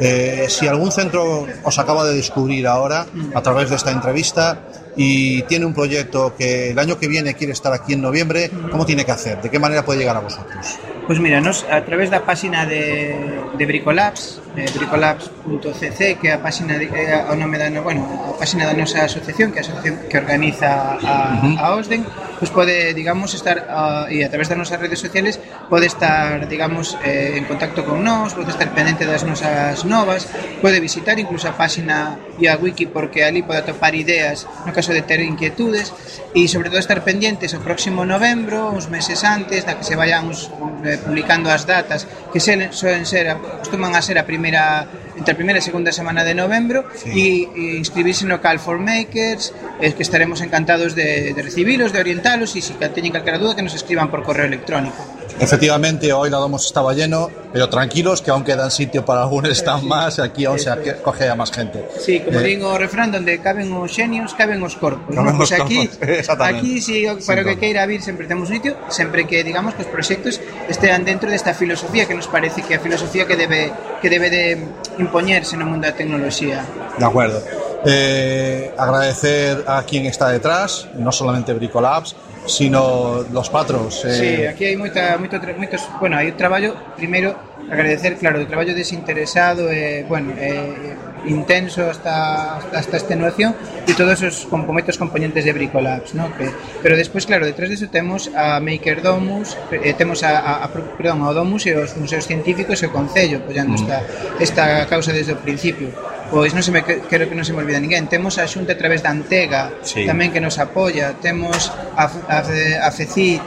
Eh, si algún centro os acaba de descubrir ahora a través de esta entrevista y tiene un proyecto que el año que viene quiere estar aquí en noviembre, ¿cómo tiene que hacer? ¿De qué manera puede llegar a vosotros?
Pois Pues mira, nos a través da páxina de, de Bricolabs, eh, bricolabs.cc, que é a páxina de, é a- o nome da, no- bueno, a páxina da nosa asociación, que é a asociación que organiza a,
Ujú.
a OSDEN, pois pode, digamos, estar ah, e a través das nosas redes sociales pode estar, digamos, eh, en contacto con nós, pode estar pendente das nosas novas, pode visitar incluso a páxina e a wiki porque ali pode atopar ideas no caso de ter inquietudes e sobre todo estar pendientes ao próximo novembro, uns meses antes da que se vayan os, eh, publicando as datas que se, soen ser, costuman a ser a primeira entre a primeira e segunda semana de novembro e, e inscribirse no Call for Makers eh, que estaremos encantados de, de recibilos, de orientalos e se ca- teñen calquera duda que nos escriban por correo electrónico
Efectivamente, hoy la Domus estaba lleno, pero tranquilos que aún quedan sitio para algún stand más, aquí aún se aque- coge a más gente.
Sí, como
Eh,
digo o refrán, donde caben os xenios, caben os corpos.
Caben
non? Pois
os
aquí,
corpos, exactamente.
aquí si, o-
Sin
para o que
dúbida.
queira vir sempre temos sitio, sempre que digamos que os proxectos estean dentro desta filosofía que nos parece que é a filosofía que debe que debe de impoñerse no mundo da tecnoloxía.
De acuerdo. Eh, agradecer a quien está detrás, no solamente Bricolabs, sino los patros. eh,
Sí, aquí hai moita, moito, tra- moitos, bueno, hai o traballo, primeiro, agradecer, claro, o traballo desinteresado e, bueno, eh, intenso hasta, hasta, hasta esta noción e todos os componentes componentes de Bricolabs, ¿no? Que, pero despois, claro, detrás disso temos a Maker Domus, eh, temos a, a, a, pro- perdón, ao Domus e os museos científicos e o Concello apoiando
Mm.
esta, esta causa desde o principio. Pois non se me que- quero que non se me olvide ninguén. Temos a Xunta a través da Antega,
Sí.
tamén que nos apoia. Temos a, F- a, F- a FECIT,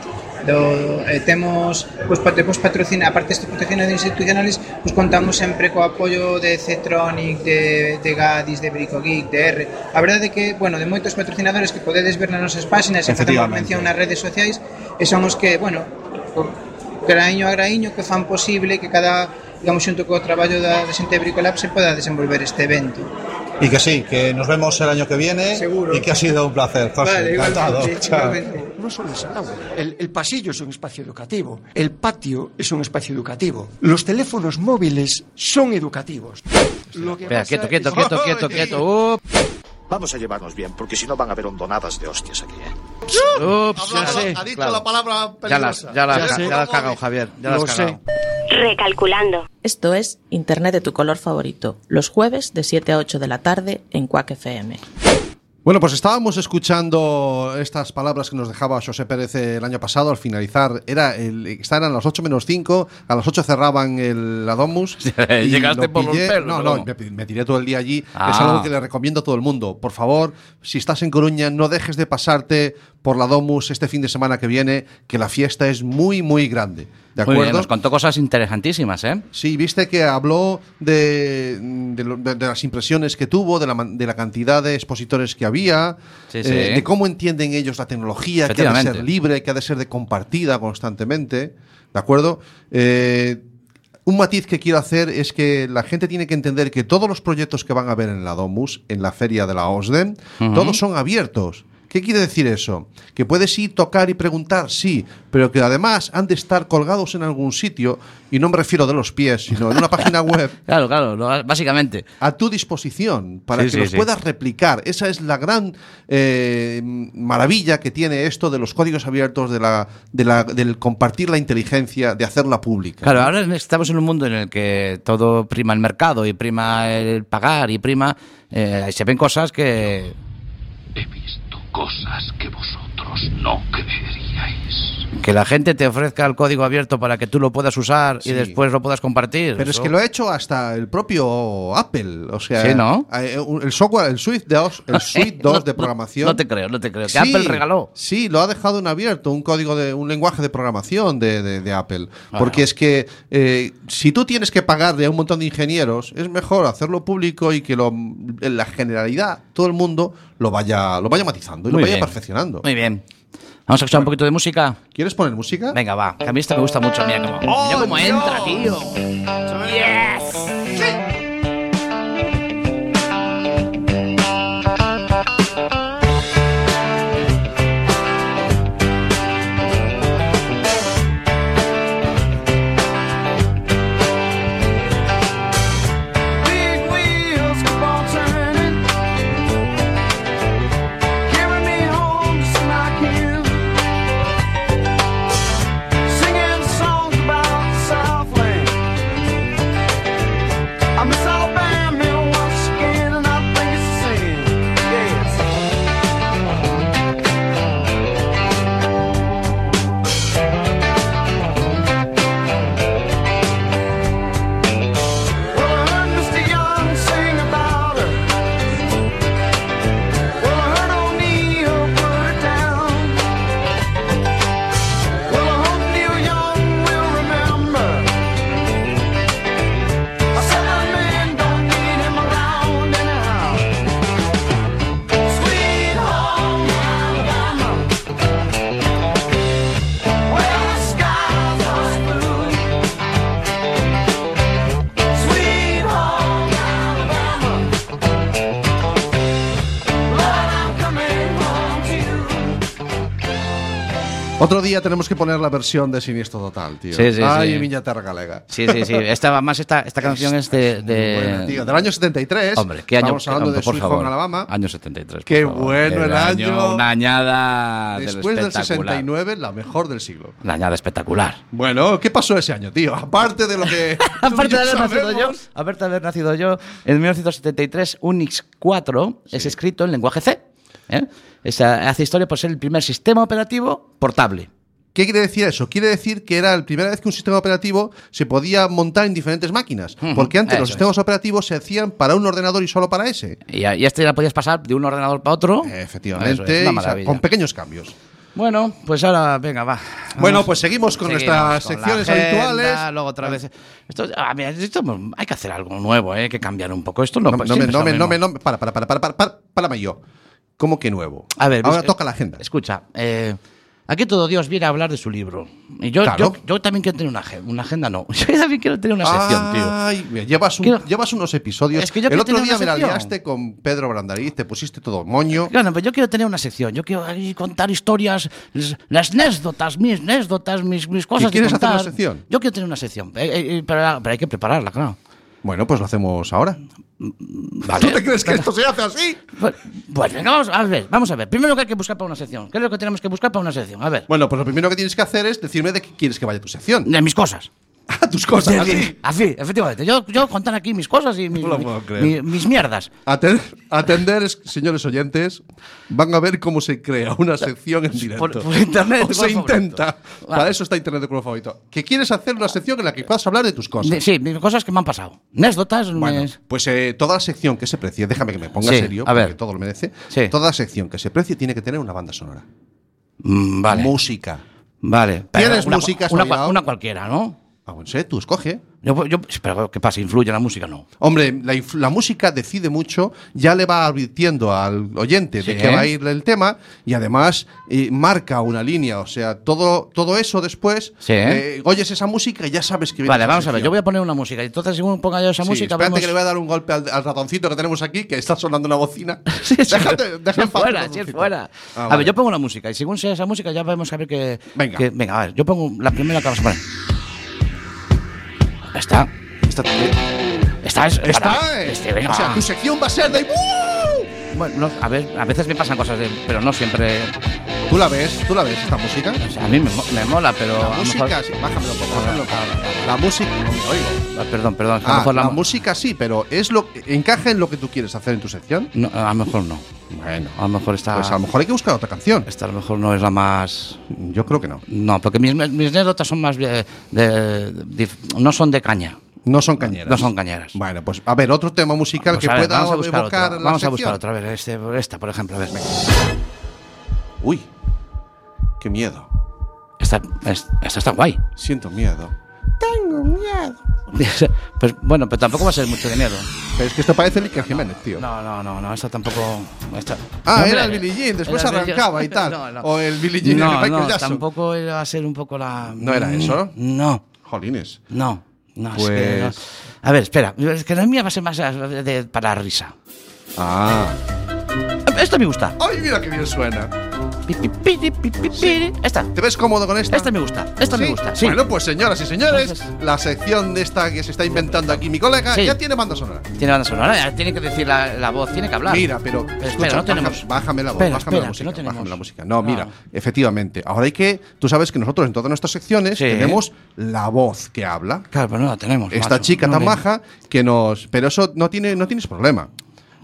do, eh, temos pois, pat, pois patrocina, aparte destes patrocinios institucionales, pois contamos sempre co apoio de Cetronic, de, de Gadis, de Bricogeek, de R. A verdade é que, bueno, de moitos patrocinadores que podedes ver nas nosas páxinas, e facemos
Efectivamente.
mención nas redes sociais, e son os que, bueno, co- graiño a graiño que fan posible que cada digamos xunto co traballo da, da xente de Bricolab se poda desenvolver este evento.
Y que sí, que nos vemos el año que viene y que ha sido un placer.
Vale,
José, encantado.
igualmente,
Chao.
igualmente.
No solo el salón, el, el pasillo es un espacio educativo, el patio es un espacio educativo, los teléfonos móviles son educativos. Lo que
Espera,
pasa
quieto,
es-
quieto, quieto, quieto, quieto. Up,
Vamos a llevarnos bien, porque si no van a haber hondonadas de hostias aquí. ¿eh?
ups,
Hablaba-
ya sé.
ha dicho
claro.
la palabra
Ya las,
peligrosa.
ya las,
Ya
ya
sé.
las has cagado, Javier. Ya las
Lo
has
sé.
cagado.
Recalculando.
Esto es Internet de tu color favorito, los jueves de 7 a 8 de la tarde en Quack FM.
Bueno, pues estábamos escuchando estas palabras que nos dejaba José Pérez el año pasado al finalizar. Era el, estaban a las 8 menos 5, a las 8 cerraban el, la Domus. y
Llegaste
lo
por los
pillé.
pelos,
No,
¿o
no,
cómo?
me, me tiré todo el día allí. Es
Ah.
algo que le recomiendo a todo el mundo. Por favor, si estás en Coruña, no dejes de pasarte por la Domus este fin de semana que viene, que la fiesta es muy, muy grande. ¿De
Muy
acuerdo?
bien, nos contó cosas interesantísimas, ¿eh?
Sí, viste que habló de, de lo- de- de las impresiones que tuvo, de la, man- de la cantidad de expositores que había, eh,
Sí, sí.
de cómo entienden ellos la tecnología, que ha de ser
Efectivamente.
libre, que ha de ser de compartida constantemente, ¿de acuerdo? Eh, un matiz que quiero hacer es que la gente tiene que entender que todos los proyectos que van a ver en la Domus, en la feria de la OSDEM,
Ujú.
todos son abiertos. ¿Qué quiere decir eso? Que puedes ir, tocar y preguntar, sí, pero que además han de estar colgados en algún sitio, y no me refiero de los pies, sino en una página web.
Claro, claro, lo- básicamente.
A tu disposición, para
Sí,
que
sí,
los
sí.
puedas replicar. Esa es la gran eh, maravilla que tiene esto de los códigos abiertos, de la, de la- del compartir la inteligencia, de hacerla pública.
Claro, ahora estamos en un mundo en el que todo prima el mercado y prima el pagar y prima. eh, se ven cosas que.
Cosas que vosotros no creeríais.
Que la gente te ofrezca el código abierto para que tú lo puedas usar
Sí.
y después lo puedas compartir.
Pero es
Eso-
que lo ha hecho hasta el propio Apple. O sea,
Sí, ¿no?
eh, el software, el Suite 2, el Suite 2 de programación.
Eh, No te creo, no te creo. Que Apple regaló.
Sí, lo ha dejado en abierto, un código de un lenguaje de programación de, de- de Apple. Porque es que eh, si tú tienes que pagarle a un montón de ingenieros, es mejor hacerlo público y que lo- en la generalidad, todo el mundo, lo vaya, lo vaya matizando y
Muy
lo vaya
bien.
perfeccionando.
Muy bien. Vamos a escuchar un poquito de música.
¿Quieres poner música?
Venga, va. Que a mí esto me gusta mucho. Mira cómo, mira cómo entra, tío.
Big wheels keep on turning, carrying me home just like you. Singing songs about
Otro día tenemos que poner la versión de Siniestro Total, tío.
Sí, sí,
Ay,
sí.
miña terra galega.
Sí, sí, sí. Esta, además, esta, esta canción es de. de-
Buena, tío. Del año 73.
Hombre, ¿qué año?
Estamos hablando
hombre,
de
por
Sweet
favor.
Home Alabama.
Año 73. por
Qué
favor.
bueno el año.
Una añada. del
Después del
espectacular.
69, la mejor del siglo.
Una añada espectacular.
Bueno, ¿qué pasó ese año, tío? Aparte de lo que.
Aparte de haber nacido yo, aparte de haber nacido yo, en 1973 Unix 4 es escrito en lenguaje C. ¿eh? Esa- hace historia por ser el primer sistema operativo portable.
¿Qué quiere decir eso? Quiere decir que era la primera vez que un sistema operativo se podía montar en diferentes máquinas. Porque antes los
Eso
sistemas operativos se hacían para un ordenador y solo para ese.
Y, y este la podías pasar de un ordenador para otro.
Efectivamente,
Eso es,
y
una
sa-
maravilla.
con pequeños cambios.
Bueno, pues ahora, venga, va.
Bueno, pues seguimos con nuestras
Ah, con la
secciones
agenda,
habituales.
Luego otra vez. Esto, ah, mira, esto hay que hacer algo nuevo, ¿eh? hay que cambiar un poco. Esto no,
No,
pues
no me,
siempre
no,
es
me,
lo
no
mismo.
me, no me- para, para, para, para, para, para, párame yo. ¿Cómo que nuevo?
A ver, eh,
ahora
ves-
toca la agenda.
Escucha, eh, aquí todo Dios viene a hablar de su libro. Y yo,
Claro. Ah.
yo, yo también quiero tener una, agen- una agenda, no. Yo también quiero tener una sección, tío.
Ay, mira, llevas, un-
Quiero-
llevas unos episodios.
Es que
El
yo quiero
otro
tener
día
una
me la
sección.
liaste con Pedro Brandariz, te pusiste todo moño.
Bueno, pues yo quiero tener una sección. Yo quiero ahí contar historias, las- las anécdotas, mis anécdotas, mis, mis cosas. de
quieres hacer
contar.
una sección?
Yo quiero tener una sección. eh, eh, eh, pero, pero hay que prepararla, claro.
Bueno, pues lo hacemos ahora.
Vale.
¿Tú te crees que esto se hace así?
Pues venga, vamos a ver, vamos a ver. Primero que hay que buscar para una sección. ¿Qué es lo que tenemos que buscar para una sección? A ver.
Bueno, pues lo primero que tienes que hacer es decirme de qué quieres que vaya tu sección.
De mis Ah, cosas.
A tus cosas,
Sí,
así.
sí, así, efectivamente. Yo, yo contar aquí mis cosas y mis,
No lo
mi-
puedo creer.
mi- mis mierdas.
Aten- atender, es- señores oyentes, van a ver cómo se crea una sección en directo.
Por- por internet,
O
tu
se
color favorito.
intenta. Para eso está internet de culo favorito. Que quieres hacer una sección en la que puedas hablar de tus cosas.
De- sí, de cosas que me han pasado. Anécdotas.
Bueno,
mes-
pues eh, toda la sección que se precie, déjame que me ponga
Sí,
serio,
a ver.
porque todo lo merece. Toda la sección que se precie tiene que tener una banda sonora.
Mm, vale.
Música.
Vale. pero
¿Tienes
una-
música,
Una,
Soledad?
una cualquiera, ¿no?
Ah, bueno, sé, tú escoge.
Yo, yo, pero ¿qué pasa? ¿Influye la música? No.
Hombre, la, inf- la música decide mucho, ya le va advirtiendo al oyente
Sí.
de que va a ir el tema y además eh, marca una línea. O sea, todo, todo eso después,
Sí.
eh, oyes esa música y ya sabes que viene.
Vale,
esa
vamos a ver. Yo
sección.
voy a poner una música. y Entonces, según ponga yo esa
Sí,
música,
espérate
vemos...
que le voy a dar un golpe al, al ratoncito que tenemos aquí, que está sonando una bocina. déjate, déjate
Si es fuera, si es fuera. a ver, yo
pongo
pongo una música y según sea esa música ya vamos a ver que...
Venga.
que- venga, a ver, yo pongo la primera que vamos a poner. Está.
Esta,
Esta es...
Está,
para-
eh.
este, venga,
o sea,
va.
tu sección va a ser de.
Bueno, no, a ver, a veces me pasan cosas, de- pero no siempre...
¿Tú la ves? ¿Tú la ves esta música?
O sea, a mí me, mo- me mola, pero...
La
a lo
música,
mejor-
sí, bájamelo un poco, bájamelo un poco. La música, no me oigo.
Ah, Perdón, perdón. a lo
Ah,
mejor
la,
la mu-
música sí, pero es lo encaja en lo que tú quieres hacer en tu sección.
no, a lo mejor no.
Bueno,
A lo mejor está...
pues a lo mejor hay que buscar otra canción.
Esta a lo mejor no es la más...
Yo creo que no.
No, porque mis, mis anécdotas son más de, de- dif- no son de caña,
No son cañeras.
no son cañeras.
Bueno, pues a ver, otro tema musical
Pues
que
a ver,
pueda
vamos a buscar
evocar
otra.
la
Vamos a
sección.
buscar otra vez este- esta, por ejemplo. A ver, venga.
Uy, qué miedo.
Esta, es- esta está guay.
Siento miedo.
Tengo miedo.
pues bueno, pero tampoco va a ser mucho de miedo.
Pero es que esto parece Iker Jiménez, tío.
No, no, no, no, esta tampoco. esta-
Ah,
No,
era
hombre,
el Billie Jean, después
era el Billie-
arrancaba y tal.
No, no.
O el Billie Jean de
No,
Michael
no,
Jackson.
tampoco iba a ser un poco la. Mm,
¿No era eso?
No,
Jolines.
no, no. es que no.
Pues.
A ver, espera, es que la mía va a ser más eh, de- para la risa.
Ah.
Esta me gusta.
Ay, mira qué bien suena.
Pi, pi, pi, pi, pi, pi, pi. Esta,
¿Te ves cómodo con esta?
esta me gusta, esta me
¿Sí?
gusta. Sí.
Bueno, pues señoras y señores,
Entonces-
la sección de esta que se está inventando aquí mi colega
Sí.
ya tiene banda sonora.
Tiene banda sonora, ya tiene que decir la, la voz, tiene que hablar.
Mira, pero
Espera,
escucha,
no
baja-
tenemos.
bájame la voz, bájame
Espera, espera,
la
que
música,
no tenemos. Ah.
bájame la música. No,
No.
mira, efectivamente. Ahora hay que, tú sabes que nosotros en todas nuestras secciones
Sí. Pues
tenemos la voz que habla.
Claro, pero no la tenemos.
Esta
macho.
chica
No
tan
le-
maja que nos, pero eso no tiene, no tienes problema.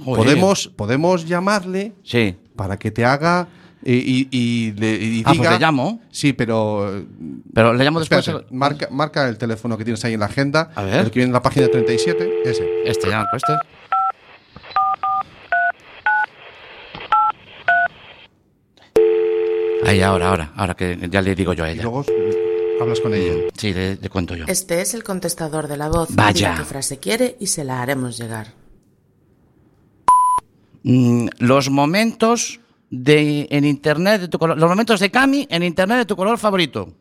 Joder.
Podemos, podemos llamarle
Sí.
para que te haga y, y- y le- y
Ah, pues
diga.
le llamo.
Sí, pero
Pero le llamo después.
Espérate, marca, marca el teléfono que tienes ahí en la agenda.
A ver.
El que viene en la página 37. Ese.
Este, ya, este. Ahí, ahora, ahora, ahora que ya le digo yo a
Y
ella.
luego eh, hablas con ella.
Sí, le, le cuento yo.
Este es el contestador de la voz.
Vaya.
Diga qué frase quiere y se la haremos llegar.
Mm, los momentos de en internet de tu color, los momentos de Cami en internet de tu color favorito.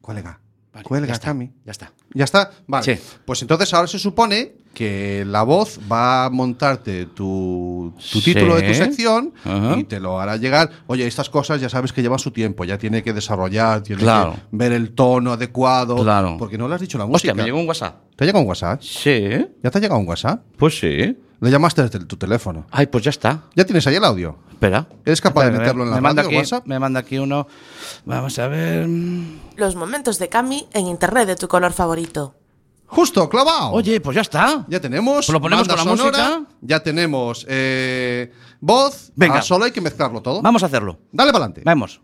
Cuelga.
Vale,
Cuelga,
ya está,
Cami.
Ya está.
Ya está. Vale.
Sí.
Pues entonces ahora se supone que la voz va a montarte tu, tu título de tu
Sí.
sección
Ajá.
y te lo hará llegar. Oye, estas cosas ya sabes que llevan su tiempo, ya tiene que desarrollar, tiene
Claro.
que ver el tono adecuado.
Claro.
Porque no le has dicho la música.
Hostia, me llegó un WhatsApp.
¿Te ha llegado un WhatsApp?
Sí.
¿Ya te ha llegado un WhatsApp?
Pues sí.
Le llamaste desde tu teléfono.
Ay, pues ya está.
¿Ya tienes ahí el audio?
Espera.
¿Eres capaz de
Espera,
meterlo en la
me manda
radio,
aquí,
WhatsApp?
Me manda aquí uno. Vamos a ver.
Los momentos de Cami en internet de tu color favorito.
Justo, clavado.
Oye, pues ya está.
Ya tenemos.
Lo ponemos
banda
con la
sonora,
música.
Ya tenemos eh, voz.
Venga.
Ah, solo hay que mezclarlo todo.
Vamos a hacerlo.
Dale para adelante.
Vamos.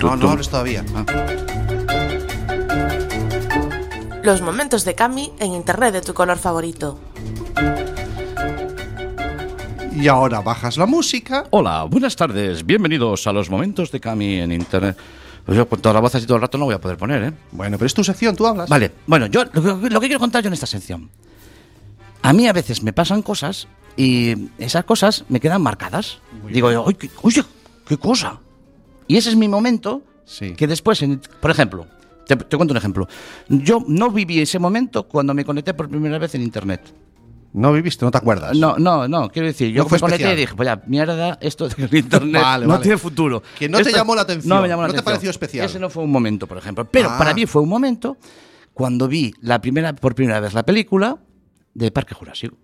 No, no hables todavía.
Ah.
Los momentos de Cami en internet de tu color favorito.
Y ahora bajas la música.
Hola, buenas tardes. Bienvenidos a los momentos de Cami en Internet. Pues yo con toda la voz así todo el rato no voy a poder poner, ¿eh?
Bueno, pero es tu sección, tú hablas.
Vale, bueno, yo lo, que- lo que quiero contar yo en esta sección. A mí a veces me pasan cosas y esas cosas me quedan marcadas. Digo yo, "Ay, qué- oye, qué cosa. Y ese es mi momento que después, en- por ejemplo, te, te cuento un ejemplo. Yo no viví ese momento cuando me conecté por primera vez en Internet.
No viviste, no te acuerdas.
No, no, no, quiero decir, yo
No fue
me conecté
especial.
y dije, vaya, mierda, esto del internet
Vale,
no
vale.
tiene futuro.
Que no te
Esto-
llamó la atención,
No me llamó la
no te
atención.
pareció especial.
Ese no fue un momento, por ejemplo. Pero
Ah.
para mí fue un momento cuando vi la primera, por primera vez la película de Parque Jurásico.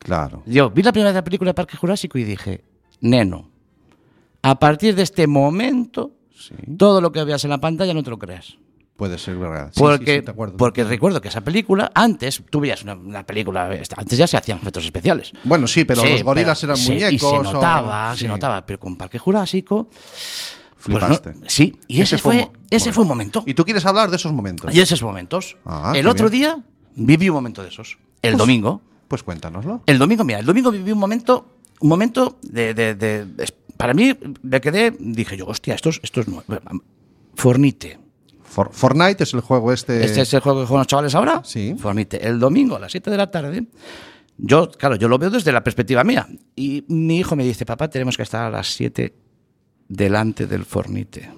Claro.
Yo vi la primera vez la película de Parque Jurásico y dije, neno, a partir de este momento, todo lo que veas en la pantalla no te lo creas.
Puede ser verdad. Sí,
Porque,
sí, sí, te acuerdo.
porque recuerdo que esa película, antes, tú veías una, una película, esta- antes ya se hacían efectos especiales.
Bueno, sí, pero los gorilas
pero-
eran
sí,
muñecos.
Y se
o-
notaba,
sí.
se notaba, pero con Parque Jurásico. pues no-
Flipaste.
sí, y ese, fue,
un mo-
ese fue un momento.
Y tú quieres hablar de esos momentos.
Y esos momentos.
Ah,
el
qué
otro
bien.
día viví un momento de esos. El
Pues-
domingo.
Pues cuéntanoslo.
El domingo, mira, el domingo viví un momento, un momento de, de- de- es- para mí me quedé, dije yo, hostia, esto es, esto es nuevo. Fornite.
For- Fortnite es el juego este.
Este es el juego que juegan los chavales ahora. Sí. Fornite. El domingo a las 7 de la tarde. Yo, claro, yo lo veo desde la perspectiva mía. Y mi hijo me dice, papá, tenemos que estar a las 7 delante del Fornite.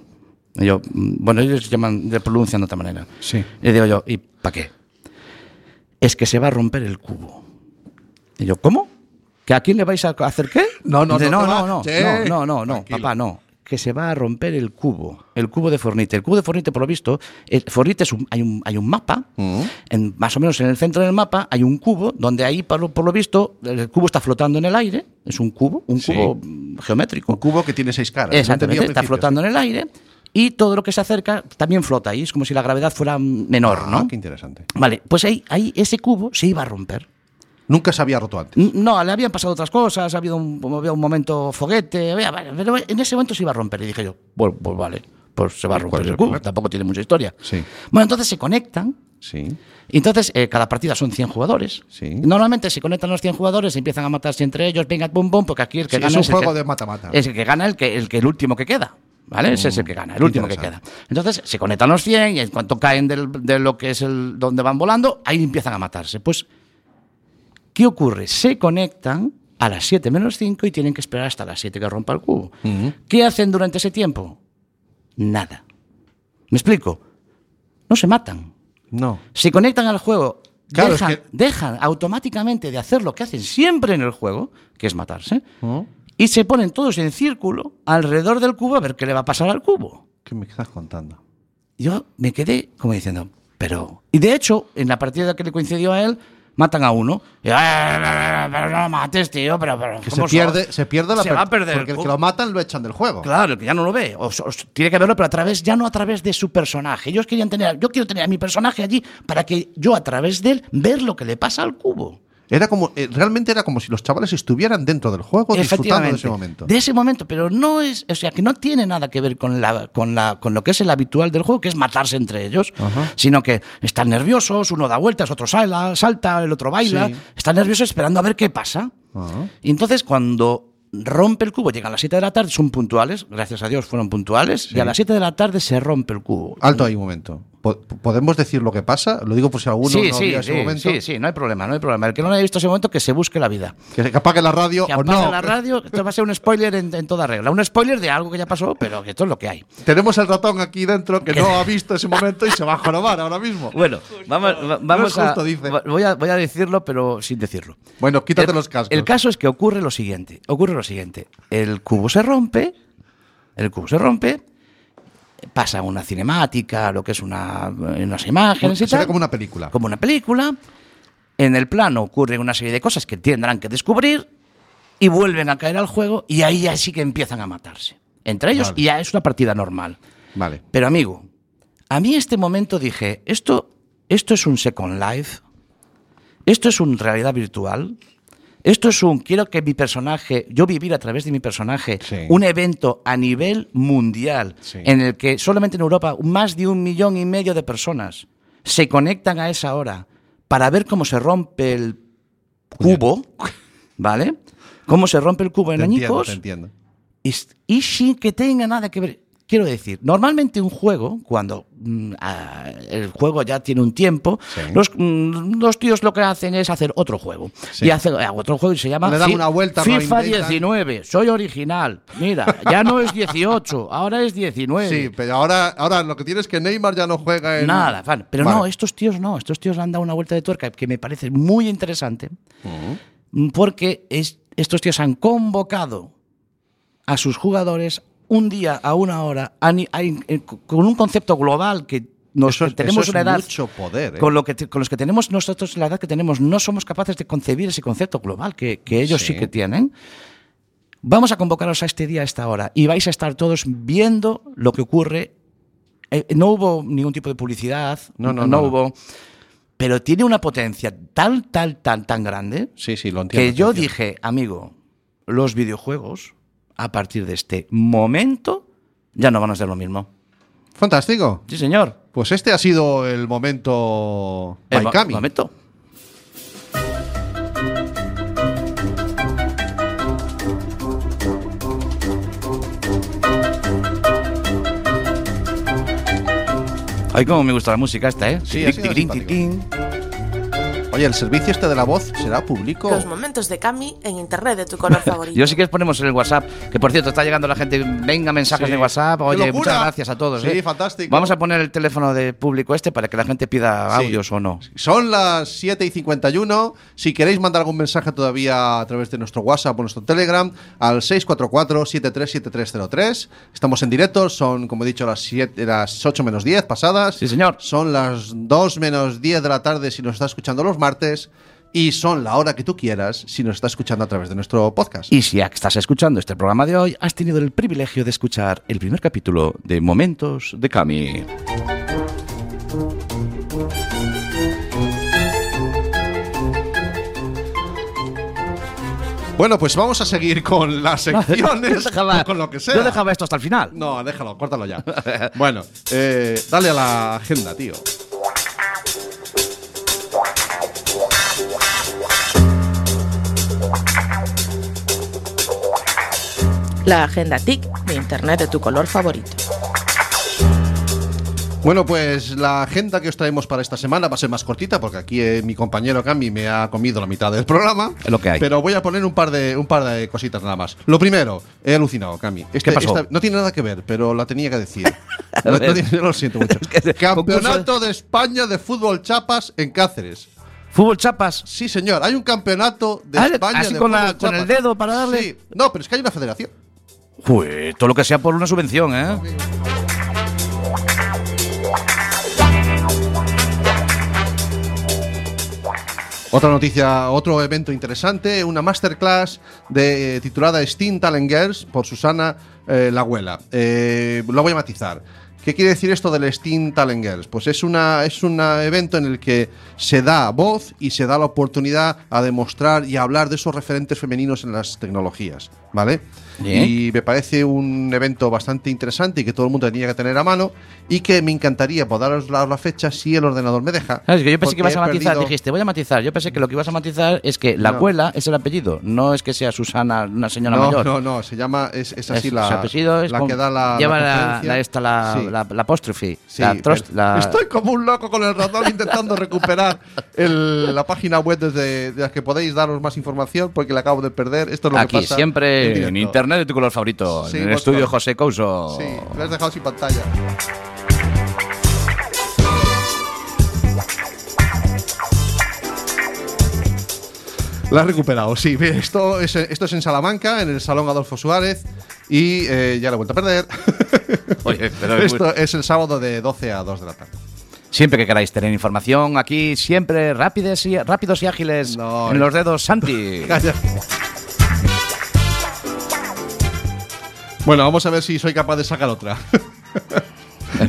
Y yo, mm, bueno, ellos llaman, le pronuncian de otra manera.
Sí.
Y digo yo, ¿y para qué? Es que se va a romper el cubo. Y yo, ¿cómo? ¿Que a quién le vais a hacer qué?
No, no,
Dice,
no,
no,
te va-
no, no,
che.
no, no, no, no, papá, no. Que se va a romper el cubo, el cubo de Fornite. El cubo de Fornite, por lo visto, el- Fornite es un, hay, un, hay un mapa,
Mm.
en- más o menos en el centro del mapa hay un cubo donde ahí, por lo, por lo visto, el cubo está flotando en el aire. Es un cubo, un cubo mm, geométrico.
Un cubo que tiene seis caras.
Exactamente,
No entendí al
está
principio.
flotando en el aire y todo lo que se acerca también flota y es como si la gravedad fuera menor,
Ah,
¿no?
Qué interesante.
Vale, pues ahí, ahí ese cubo se iba a romper.
Nunca se había roto antes.
N- No, le habían pasado otras cosas, ha habido un, había un momento foguete, había- pero en ese momento se iba a romper. Y dije yo, bueno, pues vale, pues se va a
¿Cuál
romper
es
el
el
cubo,
problema?
tampoco tiene mucha historia.
Sí.
Bueno, entonces se conectan,
Sí.
y entonces eh, cada partida son 100 jugadores.
Sí.
Normalmente se conectan los 100 jugadores, empiezan a matarse entre ellos, venga, pum, pum, porque aquí el que
Sí,
gana
es un
es el
juego
que-
de mata-mata.
es el que gana el que el, que el último que queda. ¿Vale? Ese es el que gana, el último que queda.
Mm, interesante.
Entonces se conectan los 100 y en cuanto caen del- de lo que es el donde van volando, ahí empiezan a matarse. Pues, ¿qué ocurre? Se conectan a las 7 menos 5 y tienen que esperar hasta las 7 que rompa el cubo.
Mm. Mm-hmm.
¿Qué hacen durante ese tiempo? Nada. ¿Me explico? No se matan.
No.
Se conectan al juego.
Claro, es
dejan,
que-
dejan automáticamente de hacer lo que hacen siempre en el juego, que es matarse. Y se ponen todos en círculo alrededor del cubo a ver qué le va a pasar al cubo.
¿Qué me estás contando?
Yo me quedé como diciendo, pero... Y de hecho, en la partida que le coincidió a él, matan a uno. Y, "Ah, pero no lo mates, tío, pero... pero
Que se
¿cómo
pierde,
sos?".
se pierde la
Se
per-
va a perder el
Porque el que
cubo.
lo matan lo echan del juego.
Claro, el que ya no lo ve. O, so- so- tiene que verlo, pero a través, ya no a través de su personaje. Ellos querían tener, yo quiero tener a mi personaje allí para que yo a través de él ver lo que le pasa al cubo.
Era como, eh, realmente era como si los chavales estuvieran dentro del juego disfrutando de
Efectivamente.
ese momento.
De ese momento, pero no es, o sea, que no tiene nada que ver con la, con la, con lo que es el habitual del juego, que es matarse entre ellos, sino que están nerviosos, uno da vueltas, otro sala- salta, el otro baila,
Sí.
están nerviosos esperando a ver qué pasa.
Ajá.
Y entonces cuando rompe el cubo, llegan las 7 de la tarde, son puntuales, gracias a Dios fueron puntuales, y a las 7 de la tarde se rompe el cubo.
Alto ahí un momento. ¿Po- ¿Podemos decir lo que pasa? Lo digo por si alguno
sí,
no
sí,
vio ese
sí,
momento.
sí, sí, no hay problema, no hay problema. El que no lo haya visto ese momento, que se busque la vida.
Que se apague la radio
Que
o
apague
no.
la radio, esto va a ser un spoiler en, en toda regla. Un spoiler de algo que ya pasó, pero que esto es lo que hay.
Tenemos el ratón aquí dentro que no ha visto ese momento y se va a jorobar ahora mismo.
Bueno, vamos, va- vamos
Pues No es justo,
a,
dice.
va- Voy a. Voy a decirlo, pero sin decirlo.
Bueno, quítate
El-
los cascos.
El caso es que ocurre lo siguiente. Ocurre lo siguiente. El cubo se rompe. El cubo se rompe. Pasa una cinemática, lo que es una, unas imágenes y
Será
tal.
como una película.
Como una película. En el plano ocurren una serie de cosas que tendrán que descubrir y vuelven a caer al juego y ahí ya sí que empiezan a matarse. Entre ellos
Vale.
y ya es una partida normal.
Vale.
Pero amigo, a mí este momento dije, esto, esto es un Second Life, esto es un realidad virtual, esto es un, quiero que mi personaje, yo vivir a través de mi personaje, un evento a nivel mundial, en el que solamente en Europa más de un millón y medio de personas se conectan a esa hora para ver cómo se rompe el cubo, ¿vale? Cómo se rompe el cubo en
Te entiendo,
añicos
te entiendo.
y, y sin que tenga nada que ver. Quiero decir, normalmente un juego, cuando mm, ah, el juego ya tiene un tiempo, los, mm, los tíos lo que hacen es hacer otro juego. Y hacen eh, otro juego y se llama
Le dan
Fi-
una vuelta, lo
FIFA
inventan.
19. Soy original. Mira, ya no es 18, ahora es 19.
Sí, pero ahora, ahora lo que tienes es que Neymar ya no juega en.
Nada, fan. Pero
Vale.
no, estos tíos no, estos tíos le han dado una vuelta de tuerca que me parece muy interesante porque es- estos tíos han convocado a sus jugadores un día a una hora a ni- a in- eh, co- con un concepto global que nos que tenemos
Eso es
una edad
mucho poder. ¿eh?
con, lo que te- con los que tenemos nosotros la edad que tenemos no somos capaces de concebir ese concepto global que, que ellos sí.
Sí.
que tienen. Vamos a convocaros a este día, a esta hora, y vais a estar todos viendo lo que ocurre. Eh, no hubo ningún tipo de publicidad,
No, no, no, no.
hubo, pero tiene una potencia tal, tal, tan, tan grande
Sí, sí, lo entiendo.
que
te
yo
entiendo.
dije, amigo, los videojuegos a partir de este momento ya no van a ser lo mismo.
Fantástico.
Sí, señor.
Pues este ha sido el momento.
El mo-
Baikami.
momento. Ay, cómo me gusta la música esta, ¿eh?
Sí,
Tic,
ha sido
tic, tic,
simpático.
tic,
Oye, el servicio este de la voz será público.
Los momentos de Cami en internet de tu color favorito.
Yo sí que ponemos en el WhatsApp, que por cierto está llegando la gente, venga mensajes
Sí.
de WhatsApp,
¡Qué
oye,
locura!
muchas gracias a todos.
Sí,
¿eh?
fantástico.
Vamos a poner el teléfono de público este para que la gente pida
Sí.
audios o no.
Son las 7 y 51. Si queréis mandar algún mensaje todavía a través de nuestro WhatsApp o nuestro Telegram, al 644-737303. Estamos en directo, son, como he dicho, las, 7, las 8 menos 10 pasadas. Sí,
señor.
Son las 2 menos 10 de la tarde si nos está escuchando los martes. Y son la hora que tú quieras si nos está escuchando a través de nuestro podcast.
Y si estás escuchando este programa de hoy, has tenido el privilegio de escuchar el primer capítulo de Momentos de Cami.
Bueno, pues vamos a seguir con las secciones.
Yo dejaba-
o con lo que sea.
yo dejaba esto hasta el final.
No, déjalo, córtalo ya. bueno, eh, dale a la agenda, tío.
La agenda TIC de Internet de tu color favorito.
Bueno, pues la agenda que os traemos para esta semana va a ser más cortita porque aquí eh, mi compañero Cami me ha comido la mitad del programa.
Es lo que hay.
Pero voy a poner un par de un par de cositas nada más. Lo primero, he alucinado, Cami. Este-
¿Qué pasó?
esta- no tiene nada que ver, pero la tenía que decir. No- no
ver.
tiene- lo siento mucho. Campeonato de España de fútbol chapas en Cáceres.
¿Fútbol chapas?
Sí, señor. Hay un campeonato de
Ah,
España
así
de
con la-
fútbol
con el
chapas.
dedo para darle.
Sí. No, pero es que hay una federación.
Pues todo lo que sea por una subvención, ¿eh?
Otra noticia, otro evento interesante, una masterclass de, eh, titulada Steam Talent Girls por Susana eh, La Abuela. Eh, lo voy a matizar. ¿Qué quiere decir esto del Steam Talent Girls? Pues es un es una evento en el que se da voz y se da la oportunidad a demostrar y a hablar de esos referentes femeninos en las tecnologías, ¿vale?
Bien.
Y me parece un evento bastante interesante y que todo el mundo tenía que tener a mano y que me encantaría poder daros la, la fecha si el ordenador me deja.
¿Sabes? Ah, Que yo pensé que
porque
ibas a
he
matizar,
perdido-
dijiste, voy a matizar. Yo pensé que lo que ibas a matizar es que la
No.
abuela es el apellido, no es que sea Susana, una señora
no,
mayor.
No, no, se llama, es, es así
Es-
la,
su apellido es
la
con-
que da la.
lleva la-
la, conferencia.
la esta, la-
Sí,
la la, la apóstrofe.
Sí,
la trost-
pero
la-
Estoy como un loco con el ratón intentando recuperar el- la página web desde de las que podéis daros más información porque la acabo de perder. Esto es lo que
Aquí,
pasa
siempre en,
directo.
internet de tu color favorito.
Sí,
en el
vos
estudio
con-
José Couso.
Sí, lo has dejado sin pantalla. La has recuperado, sí. Bien, Esto es, esto es en Salamanca, en el Salón Adolfo Suárez. Y eh, ya la he vuelto a perder.
Oye, pero es muy-
Esto es el sábado de 12 a 2 de la tarde.
Siempre que queráis tener información, aquí siempre rápidos y, rápidos y ágiles
eh.
en los dedos, Santi.
Bueno, vamos a ver si soy capaz de sacar otra.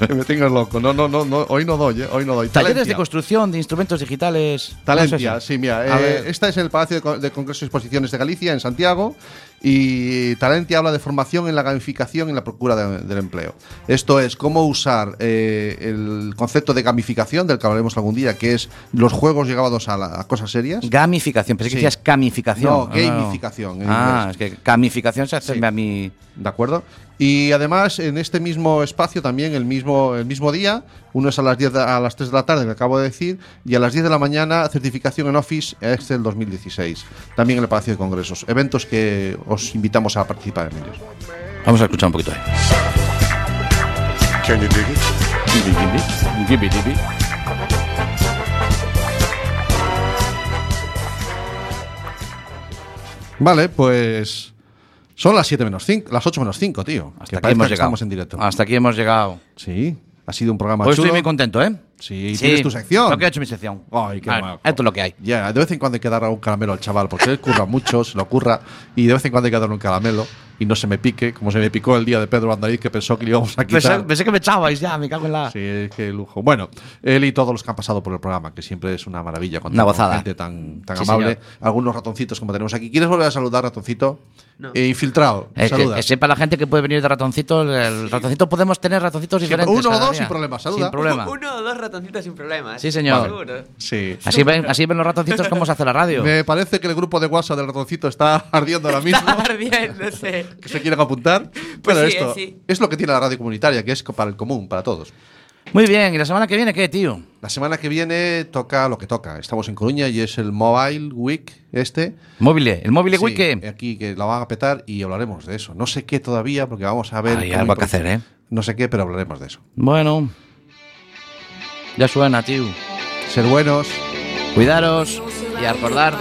Que me tengas loco. No, no, no, no, Hoy no doy, eh, hoy no doy.
Talleres de
Talentia.
construcción de instrumentos digitales.
Talentia,
No sé si-
sí, mira.
A
eh,
ver.
esta es en el Palacio de Co- de Congresos y Exposiciones de Galicia, en Santiago. Y Talentia habla de formación en la gamificación y en la procura de- del empleo. Esto es cómo usar eh, el concepto de gamificación, del que hablaremos algún día, que es los juegos llevados a, la- a cosas serias.
Gamificación, pensé
Sí.
que decías camificación.
No, gamificación, en
Ah, es
inglés.
que camificación se hace a mí.
¿De acuerdo? Y además, en este mismo espacio también, el mismo, el mismo día, uno es a las, 10 de- a las 3 de la tarde, que acabo de decir, y a las 10 de la mañana, certificación en Office Excel 2016, también en el Palacio de Congresos. Eventos que os invitamos a participar en ellos.
Vamos a escuchar un poquito.
Vale, pues son las 7 menos 5, las 8 menos 5, tío.
Hasta aquí
parezca
hemos
que
llegado.
Estamos en directo.
Hasta aquí hemos llegado.
Sí, ha sido un programa
Hoy
chulo.
estoy muy contento, ¿eh?
Sí, tienes tu sección.
Lo que he hecho mi sección.
Ay, qué
A ver,
maco.
Esto es lo que hay.
Ya, de vez en cuando hay que dar un caramelo al chaval, porque él curra mucho, se lo curra, y de vez en cuando hay que darle un caramelo y no se me pique, como se me picó el día de Pedro Andariz, que pensó que le íbamos a
Pensé,
quitar.
pensé que me echabais ya, me cago en la.
Sí, qué lujo. Bueno, él y todos los que han pasado por el programa, que siempre es una maravilla cuando
Una
con
gozada.
gente tan, tan
Sí,
amable.
señor.
Algunos ratoncitos como tenemos aquí. ¿Quieres volver a saludar, ratoncito? Eh, infiltrado,
Es que-
saluda.
que sepa la gente que puede venir de ratoncitos. El ratoncito podemos tener ratoncitos
Siempre-
diferentes.
uno o
cada
dos
día.
sin problema, saluda.
Sin problema.
Uno o dos ratoncitos sin problemas.
Sí, señor.
Seguro.
Sí.
Así ven, así ven los ratoncitos cómo se hace la radio.
Me parece que el grupo de WhatsApp del ratoncito está ardiendo ahora mismo.
Ardiéndose.
que se quieren apuntar.
Pues
Bueno,
sí,
esto
sí.
es lo que tiene la radio comunitaria, que es para el común, para todos.
Muy bien, ¿y la semana que viene qué, tío?
La semana que viene toca lo que toca. Estamos en Coruña y es el Mobile Week este.
Móvil, el móvil
Sí,
Week. ¿qué?
Aquí que la van a petar y hablaremos de eso. No sé qué todavía porque vamos a ver...
Hay
cómo
algo que
impro-
hacer, ¿eh?
No sé qué, pero hablaremos de eso.
Bueno. Ya suena, tío.
Ser buenos.
Cuidaros y acordar.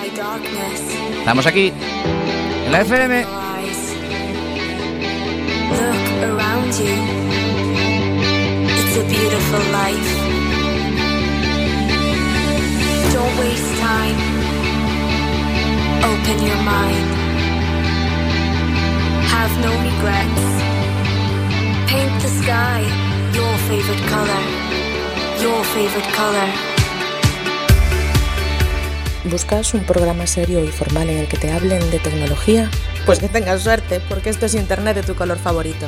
Estamos aquí. En la FM.
Look around you. It's a beautiful life. Don't waste time. Open your mind. Have no regrets. Paint the sky your favorite color. Your favorite color.
¿Buscas un programa serio y formal en el que te hablen de tecnología? Pues que tengas suerte, porque esto es Internet de tu color favorito.